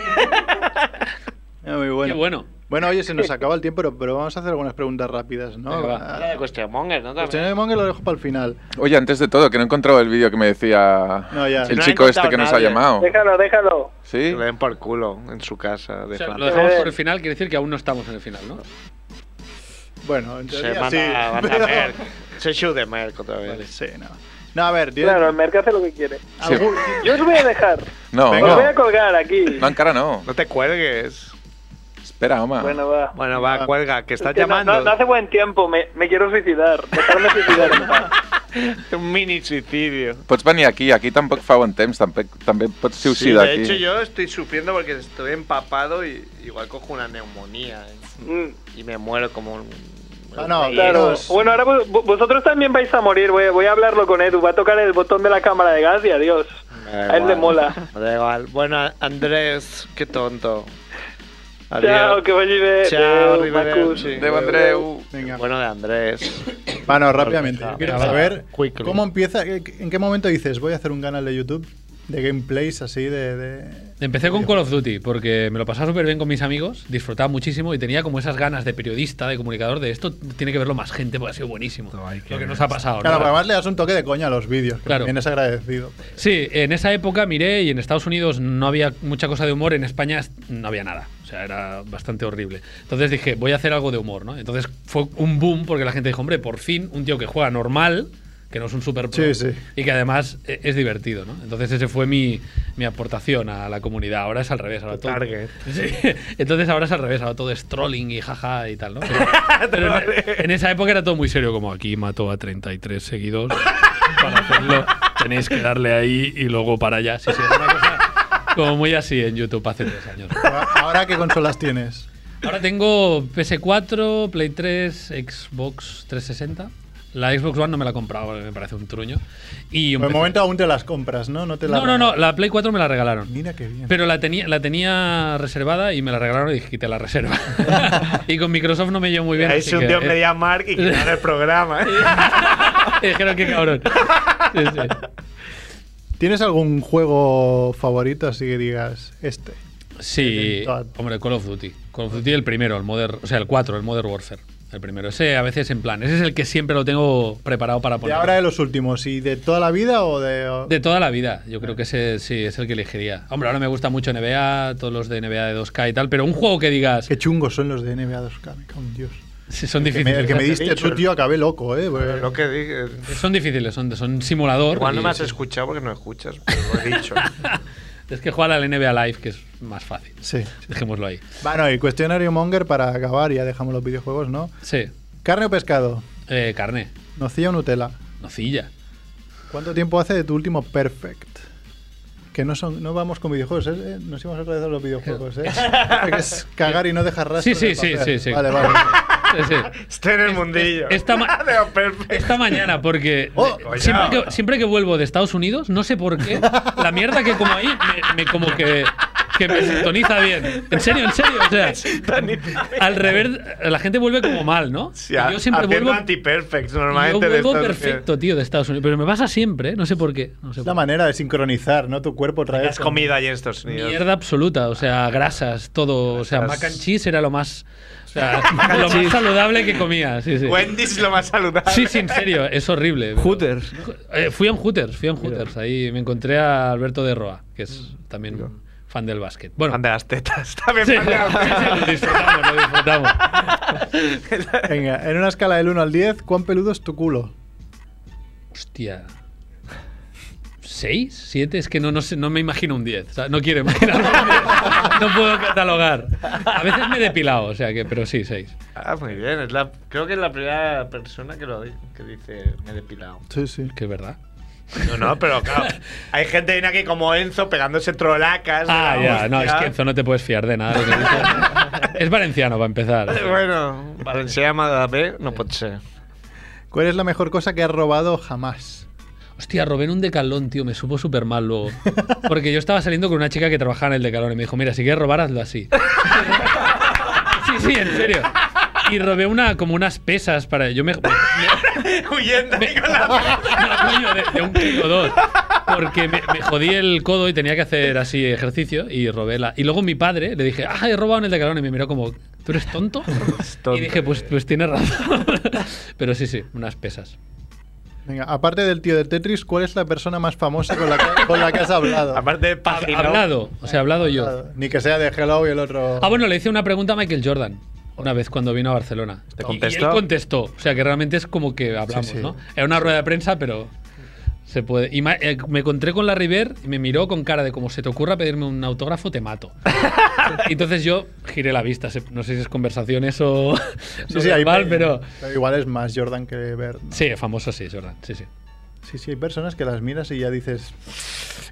A: Era muy bueno.
G: Qué bueno.
A: Bueno, oye, se nos acaba el tiempo, pero, pero vamos a hacer algunas preguntas rápidas, ¿no?
G: Venga, va.
A: Ah,
C: Cuestión Monger, ¿no?
A: Pues tenemos Monge, lo dejo para el final.
B: Oye, antes de todo, que no he encontrado el vídeo que me decía
A: No, ya.
B: el
C: No lo ha
B: chico este
C: encontrado
B: que nos ha
C: nadie.
B: llamado.
J: Déjalo, déjalo.
B: ¿Sí?
C: Le den por culo en su casa.
G: O
C: De
G: sea,
C: Fran.
G: lo dejamos por el
A: Eh.
G: final, quiere decir que aún no estamos en el final, ¿no?
A: Bueno, en
C: Se
A: teoría
C: manda
A: sí.
C: van
A: [LAUGHS]
C: a
A: pero-
C: ver. Se shoot de Merck otra vez.
A: Sí, no. No, a ver, tío.
J: Claro, el mercado hace lo que quiere.
B: Sí.
A: algún-
J: Yo os voy a dejar.
B: No,
J: Os voy a
B: no,
J: colgar aquí.
B: no, encara no.
C: No te cuelgues.
B: Espera, Oma.
J: Bueno, va.
C: Bueno, va, cuelga, que estás
J: Es que no-
C: llamando.
J: No, no hace buen tiempo, me, me quiero suicidar.
P: [LAUGHS]
J: Dejarme suicidar. en paz.
C: Un mini suicidio.
B: Pots venir aquí, aquí tampoc fa bon temps, tampoc, també pots suïcidar
C: de hecho,
B: aquí.
C: yo estoy sufriendo porque estoy empapado y igual cojo una neumonía ¿eh?
J: Mm,
C: y me muero como un.
A: Ah, no,
C: Y-
J: claro.
A: Dios.
J: Bueno, ahora vos- vos- vosotros también vais a morir. Voy, voy a hablarlo con Edu. Va a tocar el botón de la cámara de gas y adiós.
C: Me da
J: A él le
C: igual.
J: mola.
C: [LAUGHS] Me da igual. Bueno, Andrés, qué tonto.
J: Chao, que vaya bien.
C: Chao,
J: Adeu,
C: Rivera.
J: Marcus.
C: Sí.
B: Adéu, Andreu.
A: Venga.
C: Bueno, de Andrés.
A: Bueno, Ah, rápidamente. Yo quiero
C: Venga, va.
A: saber
C: Quickly.
A: cómo empieza, en qué momento dices, voy a hacer un canal de YouTube de gameplays así de... de-
G: Empecé con Call of Duty porque me lo pasaba súper bien con mis amigos, disfrutaba muchísimo y tenía como esas ganas de periodista, de comunicador, de esto tiene que verlo más gente porque ha sido buenísimo. lo que nos ha pasado. ¿no?
A: Claro, pero además le das un toque de coña a los vídeos, que
G: Claro.
A: también es agradecido.
G: Sí, en esa época miré y en Estados Unidos no había mucha cosa de humor, en España no había nada. O sea, era bastante horrible. Entonces dije, voy a hacer algo de humor, ¿no? Entonces fue un boom porque la gente dijo, hombre, por fin un tío que juega normal, que no es un super pro,
A: Sí, sí.
G: y que además eh, es divertido, ¿no? Entonces ese fue mi, mi aportación a la comunidad. Ahora es al revés, ahora todo.
C: target.
G: [LAUGHS] Sí. Entonces ahora es al revés, ahora todo es trolling y jaja
A: [LAUGHS]
G: y tal, ¿no? Pero- pero en, en esa época era todo muy serio, como aquí mató a 33 seguidos. Para hacerlo tenéis que darle ahí y luego para allá. Sí, sí, era una cosa como muy así en YouTube hace tres años.
A: Ahora- Ahora, ¿qué consolas tienes?
G: Ahora tengo PS4, Play 3, Xbox 360. La Xbox One no me la he comprado, me parece un truño. Y un
A: Por el
G: PC.
A: momento aún te las compras, ¿no? No, te las
G: No, no, no, la Play 4 me la regalaron.
A: Mira qué bien.
G: Pero la tenía, la tenía reservada y me la regalaron y dije, quité la reserva. y con Microsoft no me llevo muy bien.
C: Ahí
G: así
C: se
G: que,
C: hundió
G: eh,
C: Media Mark y quitaron el programa. ¿eh?
G: [LAUGHS] y dijeron, qué cabrón. Sí, sí.
A: ¿Tienes algún juego favorito así que digas este?
G: Sí, hombre, Call of Duty. Call of Duty el primero, el Modern, o sea, el 4, el Modern Warfare. El primero. Ese a veces en plan. Ese es el que siempre lo tengo preparado para
A: De
G: poner.
A: ahora de los últimos, ¿y de toda la vida o de.? o-
G: De toda la vida, yo
A: Ah.
G: creo que ese sí es el que elegiría. Hombre, ahora me gusta mucho NBA, todos los de NBA de 2K y tal, pero un juego que digas.
A: Qué chungos son los de NBA 2K, me cago en Dios.
G: [LAUGHS] Sí, son
A: El que me-
G: difíciles.
A: el que me diste tú, tío, acabé loco, ¿eh? Porque-
G: Lo que Son difíciles, son, son simulador.
A: Igual no me has
G: escuchado porque no escuchas, pero lo
F: [LAUGHS]
G: he dicho. es que jugar al NBA Live, que es más fácil.
A: Sí.
G: Dejémoslo ahí.
A: Bueno, y cuestionario Monger para acabar, ya dejamos los videojuegos, ¿no?
G: Sí.
A: ¿Carne o pescado?
G: Eh, carne,
A: ¿Nocilla o Nutella?
G: nocilla.
A: ¿Cuánto tiempo hace de tu último perfect? Que no son, no vamos con videojuegos, ¿eh? Nos íbamos otra vez a los videojuegos,
G: [LAUGHS]
A: ¿eh? Porque es cagar y no dejar rastro.
G: Sí, sí,
A: en el
G: sí,
A: papel.
G: sí, sí.
A: Vale, vale.
P: Está en el mundillo. Oh,
G: Esta, ma-
P: [LAUGHS]
G: esta mañana, porque de- siempre, que, siempre que vuelvo de Estados Unidos, no sé por qué, la mierda que como ahí me, me como que, que me sintoniza bien. En serio, en serio.
P: [LAUGHS]
G: O sea, al revés, la gente vuelve como mal, ¿no? Y yo siempre
P: haciendo
G: vuelvo,
P: anti-perfects
G: yo
P: normalmente. de
G: vuelvo
P: estos que-
G: perfecto, tío, de Estados Unidos. Pero me pasa siempre, ¿eh? no sé por qué. No sé
A: Es
G: por
A: la manera de sincronizar, ¿no? Tu cuerpo otra
G: qué.
A: vez. con-
P: allí en Estados
G: Mierda absoluta, o sea, grasas, todo. O sea,
A: Grasas.
G: mac and cheese era lo más. O sea,
P: Mac and
G: lo más
P: cheese.
G: saludable que comía. Sí, sí.
P: Wendy's lo más saludable.
G: Sí, sí, en serio, es horrible.
Q: Hooters.
G: Eh, fui a un Hooters, fui a un Hooters. Ahí me encontré a Alberto de Roa, que es también un fan del básquet. Bueno, fan
P: Mm. de las tetas. [LAUGHS]
G: También
P: fan de las tetas.
G: lo disfrutamos, lo disfrutamos.
A: [LAUGHS] Venga, en una escala del 1 al 10, ¿cuán peludo es tu culo?
G: Hostia. ¿Seis? ¿Siete? Es que no, no, sé, no me imagino un 10. O sea, no quiero imaginar un 10. No puedo catalogar. A veces me he depilado, o sea que, pero sí, seis.
P: Ah, muy bien. Es la, creo que es la primera persona que lo di- que dice me he depilado.
A: Sí, sí.
G: Que es verdad.
P: No, no, pero
G: [LAUGHS]
P: claro. Hay gente ahí aquí como Enzo pegándose trolacas.
G: Ah,
P: ¿no?
G: ya, no, es
P: Hostia.
G: que Enzo no te puedes fiar de nada. de lo que dice.
P: [LAUGHS]
G: es valenciano, para empezar.
P: Bueno, Valenciana de la B no puede ser.
A: ¿Cuál es la mejor cosa que has robado jamás?
G: Hostia, robé en un decalón, tío, me supo súper mal luego. Porque yo estaba saliendo con una chica que trabajaba en el decalón y me dijo, mira, si quieres robar, hazlo así. sí, sí, en serio. Y robé una, como unas pesas para. Yo me.
P: Huyendo con
E: la
G: coño, de, de un kilo o dos. Porque me, me jodí el codo y tenía que hacer así ejercicio y robé la. Y luego mi padre le dije, ah, he robado en el decalón y me miró como, ¿tú eres [LAUGHS] tonto? Y dije, pues, pues tienes razón. [LAUGHS] Pero sí, sí, unas pesas.
A: Venga, aparte del tío del Tetris, ¿cuál es la persona más famosa con la que, con la que has hablado?
P: Aparte
C: Ah,
P: de
G: Hablado, o sea, Ah, hablado yo.
A: Ni que sea de Hello y el otro.
G: Ah, bueno, le hice una pregunta a Michael Jordan una vez cuando vino a Barcelona. ¿Te
A: contestó?
G: Y él contestó. O sea, que realmente es como que hablamos,
A: Sí, sí.
G: ¿no? Era una rueda de prensa, pero se puede. Y ma- eh, me encontré con la River y me miró con cara de como se te ocurra pedirme un autógrafo,
A: [LAUGHS]
G: te mato. y entonces yo giré la vista. se- No sé si es conversación eso.
A: Sí,
G: [LAUGHS] no
A: sí, hay-
G: verbal, pero.
A: Igual es más Jordan que Bird.
G: Sí, famoso sí, Jordan. Sí, sí.
A: Sí, sí, hay personas que las miras y ya dices.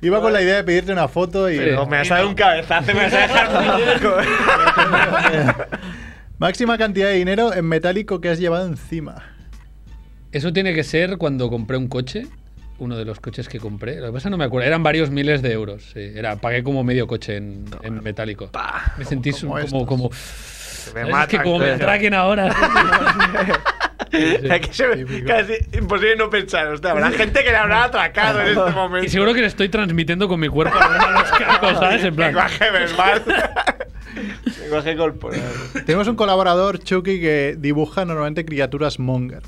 A: Iba con la idea de pedirte una foto y.
P: Pero me has dado un cabezazo, me has dejado loco.
A: [LAUGHS] Máxima cantidad de dinero en metálico que has llevado encima.
G: Eso tiene que ser cuando compré un coche, uno de los coches que compré. Lo que pasa no me acuerdo, eran varios miles de euros. sí. Era, pagué como medio coche en, en metálico. me sentí un- como, como,
P: me
G: Es
P: matan,
G: que como me
P: coño.
G: traquen ahora.
P: Aquí se ve casi imposible no pensar. Hostia, habrá gente que le habrá atracado en este momento.
G: Y seguro que le estoy transmitiendo con mi cuerpo a los cacos, ¿sabes? En plan.
P: Lenguaje verbal. Lenguaje corporal.
A: Tenemos un colaborador, Chucky, que dibuja normalmente criaturas monger.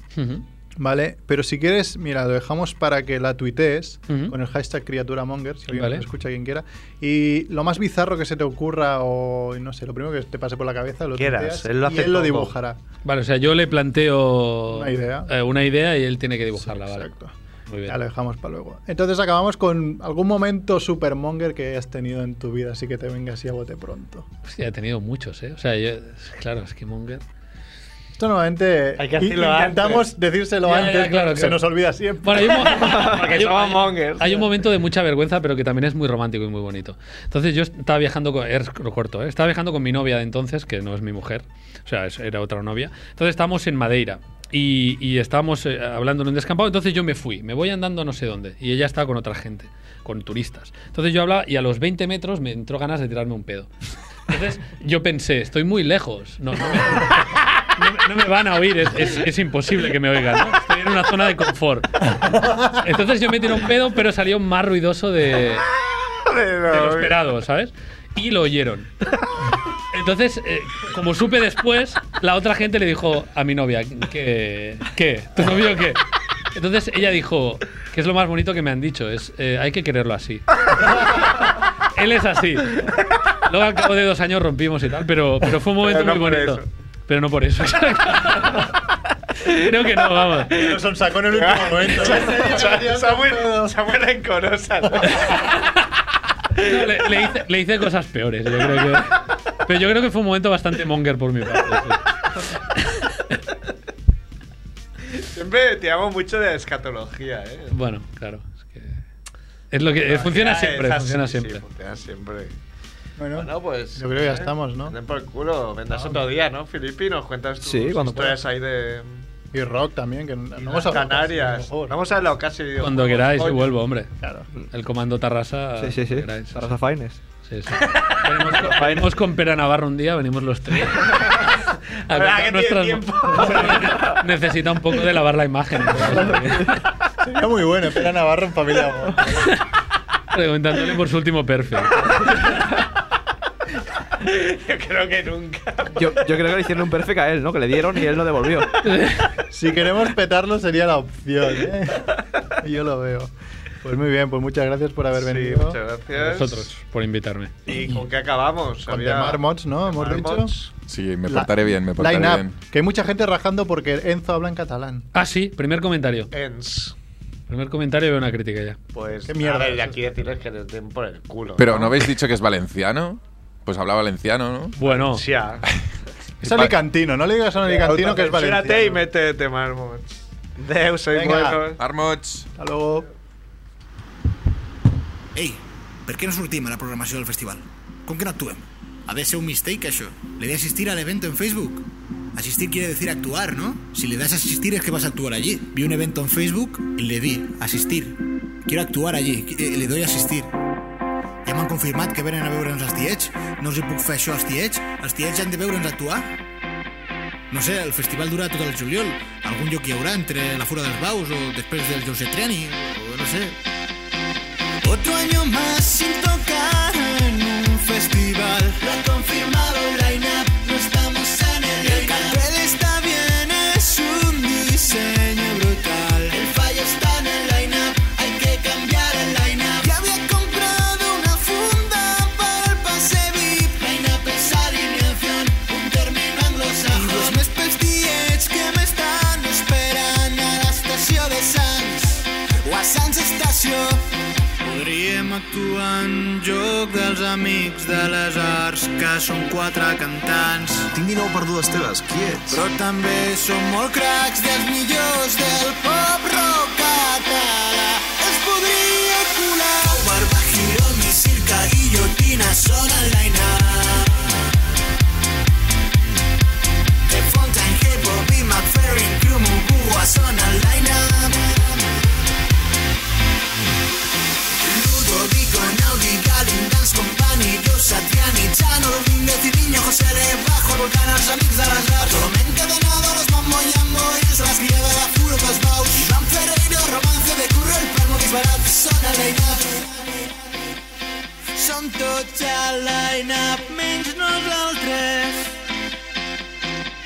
A: ¿Vale? Pero si quieres, mira, lo dejamos para que la tuitees con el hashtag criatura monger, si alguien
G: Vale.
A: nos escucha quien quiera. Y lo más bizarro que se te ocurra o, no sé, lo primero que te pase por la cabeza, lo
P: Quieras,
A: tuiteas
P: él lo
A: y
P: hace
A: él lo
P: todo.
A: dibujará.
G: Vale, o sea, yo le planteo
A: Una idea.
G: eh, una idea y él tiene que dibujarla, ¿vale?
A: exacto.
G: Muy bien.
A: Ya lo dejamos para luego. Entonces acabamos con algún momento supermonger que hayas tenido en tu vida, así que te venga así a bote pronto.
G: Hostia, he tenido muchos, ¿eh? O sea, yo, claro, es que Monger.
A: Esto normalmente
G: que hacerlo
A: intentamos
G: antes.
A: decírselo
G: Ya, ya,
A: antes,
G: claro,
A: se
G: claro.
A: nos olvida siempre.
G: Bueno, hay un mo-
A: [LAUGHS] Porque
G: hay un-
A: somos
G: hay- Hay un momento de mucha vergüenza, pero que también es muy romántico y muy bonito. Entonces yo estaba viajando con... Es lo corto, ¿eh? Estaba viajando con mi novia de entonces, que no es mi mujer. O sea, es- era otra novia. Entonces estábamos en Madeira. Y, y estábamos eh, hablando en un descampado, entonces yo me fui, me voy andando a no sé dónde, y ella estaba con otra gente, con turistas. Entonces yo hablaba y a los 20 metros me entró ganas de tirarme un pedo. Entonces yo pensé, estoy muy lejos, no, no me- no me- no me van a oír, es, es- es imposible que me oigan. ¿no? Estoy en una zona de confort. Entonces yo me tiré un pedo, pero salió más ruidoso de, de lo esperado, ¿sabes? y lo oyeron. Entonces, eh, como supe después, la otra gente le dijo a mi novia, ¿qué? ¿Qué? ¿Tu novio qué? Entonces ella dijo, que es lo más bonito que me han dicho, es eh, hay que quererlo así. Él es así. Luego al cabo de dos años rompimos y tal, pero, pero fue un momento
A: Pero no
G: muy
A: por
G: bonito.
A: eso.
G: Pero no por eso. Creo que no, vamos.
A: Nos sacó en el último momento.
G: [LAUGHS]
C: Samuel, Samuel Encorosa. ¿no?
G: No, le, le hice, le hice cosas peores, yo creo que. Pero yo creo que fue un momento bastante monger por mi parte.
C: Siempre te amo mucho de escatología, ¿eh?
G: Bueno, claro. Es, que es lo que eh, funciona
C: Ah,
G: siempre,
C: es así,
G: funciona
C: sí,
G: siempre.
C: funciona siempre.
A: Bueno,
C: pues.
A: yo creo que ya estamos, ¿no?
C: Venden por el culo. Vendrás
A: No,
C: otro
A: hombre.
C: día, ¿no, Filipe? Y Nos cuentas tus
A: Sí, cuando
C: historias ahí de.
A: Y rock también, que no hemos
C: las
A: hablado casi de
C: Canarias.
A: videojuegos.
C: Vamos a la ocasión de
G: Cuando queráis, yo
C: Coño.
G: vuelvo, hombre.
A: Claro.
G: El comando Tarrasa.
F: Sí, sí, sí.
G: Tarrasa
F: Faines. [LAUGHS]
G: Sí, sí. Venimos con, venimos con Pera Navarro un día, venimos los
C: [LAUGHS]
G: tres. A
C: ¿Verdad que
G: contar nuestras-
C: tiene tiempo?
G: [LAUGHS] Necesita un poco de lavar la imagen.
A: Sería muy bueno, espera Navarro en familia. Amor.
G: Preguntándole por su último perfil.
C: Yo creo que nunca.
F: Yo, yo creo que le hicieron un perfect a él, ¿no? Que le dieron y él lo [LAUGHS] devolvió.
A: Si queremos petarlo sería la opción, ¿eh? Yo lo veo. Pues muy bien, pues muchas gracias por haber
C: Sí,
A: venido.
C: muchas gracias.
G: A vosotros por invitarme.
C: ¿Y con qué acabamos?
A: Con
C: Había-
A: The Marmots, ¿no? Hemos
C: The Marmots.
A: dicho.
B: Sí, me
A: La-
B: portaré bien, me portaré
A: Line up,
B: bien.
A: que hay mucha gente rajando porque Enzo habla en catalán.
G: Ah, sí, primer comentario.
C: Ens.
G: Primer comentario y veo una crítica ya.
C: Pues.
A: Qué mierda
C: nada,
A: es
C: Y
A: esto.
C: aquí decirles que les den por el culo.
B: Pero ¿no habéis dicho que es valenciano? Pues habla valenciano, ¿no?
G: Bueno.
C: Sí, ah.
A: Es alicantino, no le digas a un alicantino que es valenciano.
C: Espérate y métete, Marmots. Deus, soy
A: Venga.
C: bueno.
B: Marmots.
A: Hasta luego.
R: Ei, per què no sortim a la programació del festival? Com que no actuem? Ha de ser un mistake, això. Le de asistir al evento en Facebook. Asistir quiere decir actuar, ¿no? Si le das a asistir es que vas a actuar allí. Vi un evento en Facebook y le di asistir. Quiero actuar allí. Eh, Le doy a asistir. Ja m'han confirmat que venen a veure'ns als Tiets. No els hi puc fer això als Tiets. Els Tiets ja han de veure'ns actuar. No sé, el festival durarà tot el juliol. Algun lloc hi haurà entre la Fura dels Baus o després del Josep Triani, o no sé.
J: Otro año más sin tocar en un festival. Lo ha confirmado Lineup, no estamos en el El cartel está bien, es un diseño brutal. El fallo está en el Lineup, hay que cambiar el Lineup. Ya había comprado una funda para el pase VIP. Lineup es alineación, un término anglosajón. I dos més pels tiets que m'estan esperant a l'estació de Sants o a Sants Estació.
R: Podríem actuar en joc dels amics de les arts, que són quatre cantants. Tinc 19 perdudes teves, qui ets? Però també som molt cracs dels millors del pop rock català. Es podria colar.
J: Barba, girón y circa guillotina sonan la iná. De Fontaine, Bobby McFerrin, Crew, Mugua sonan la iná. Ludovico, Naudi, Galin, Dance Company, Joe Satriani, Chano, Domínguez i Niño, José de Bajo, Volcán, els amics de les arts. Romen Cadenado, los Mambo Jambo, ells les criava de Furo pels Baus. Ivan Ferreiro, Romance de Curro, el Palmo, que és barat, sona la iná.
R: Som tots a line-up, menys nosaltres.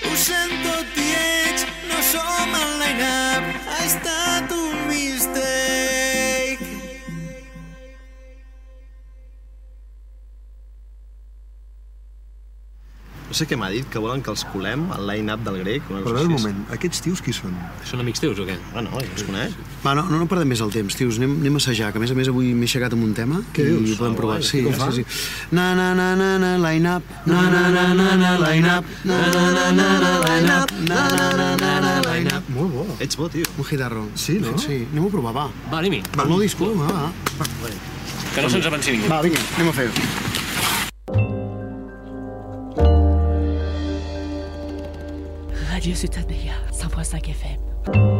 R: Ho sento, tiets, no som al line-up. Ha estat un mistake.
S: No sé què m'ha dit, que volen que els colem al line-up del grec. Una
T: Però a veure un moment, aquests tios qui són?
S: Són amics teus o què? Ah, no, jo els conec.
T: Va, no, no, no perdem més el temps, tios, anem, anem a assajar, que a més a més avui m'he aixecat amb un tema
S: Què
T: i
S: dius?
T: podem
S: Ah,
T: provar.
S: guai,
T: sí,
S: com fa?
T: sí, sí. Na, na, na, na, na, line up, na, na, na, na, na, line up, na, na, na, na, na, line up, na, na, na, na, na, line up. Molt bo. Ets bo, tio. Un hitarro. Sí, no? Sí, anem a provar, va.
S: Va, anem-hi.
T: Va, no disculpa, va.
S: Que no se'ns avanci ningú.
T: Va, vinga, anem a fer-ho.
U: Radio Ciutat Vella, 100.5 FM.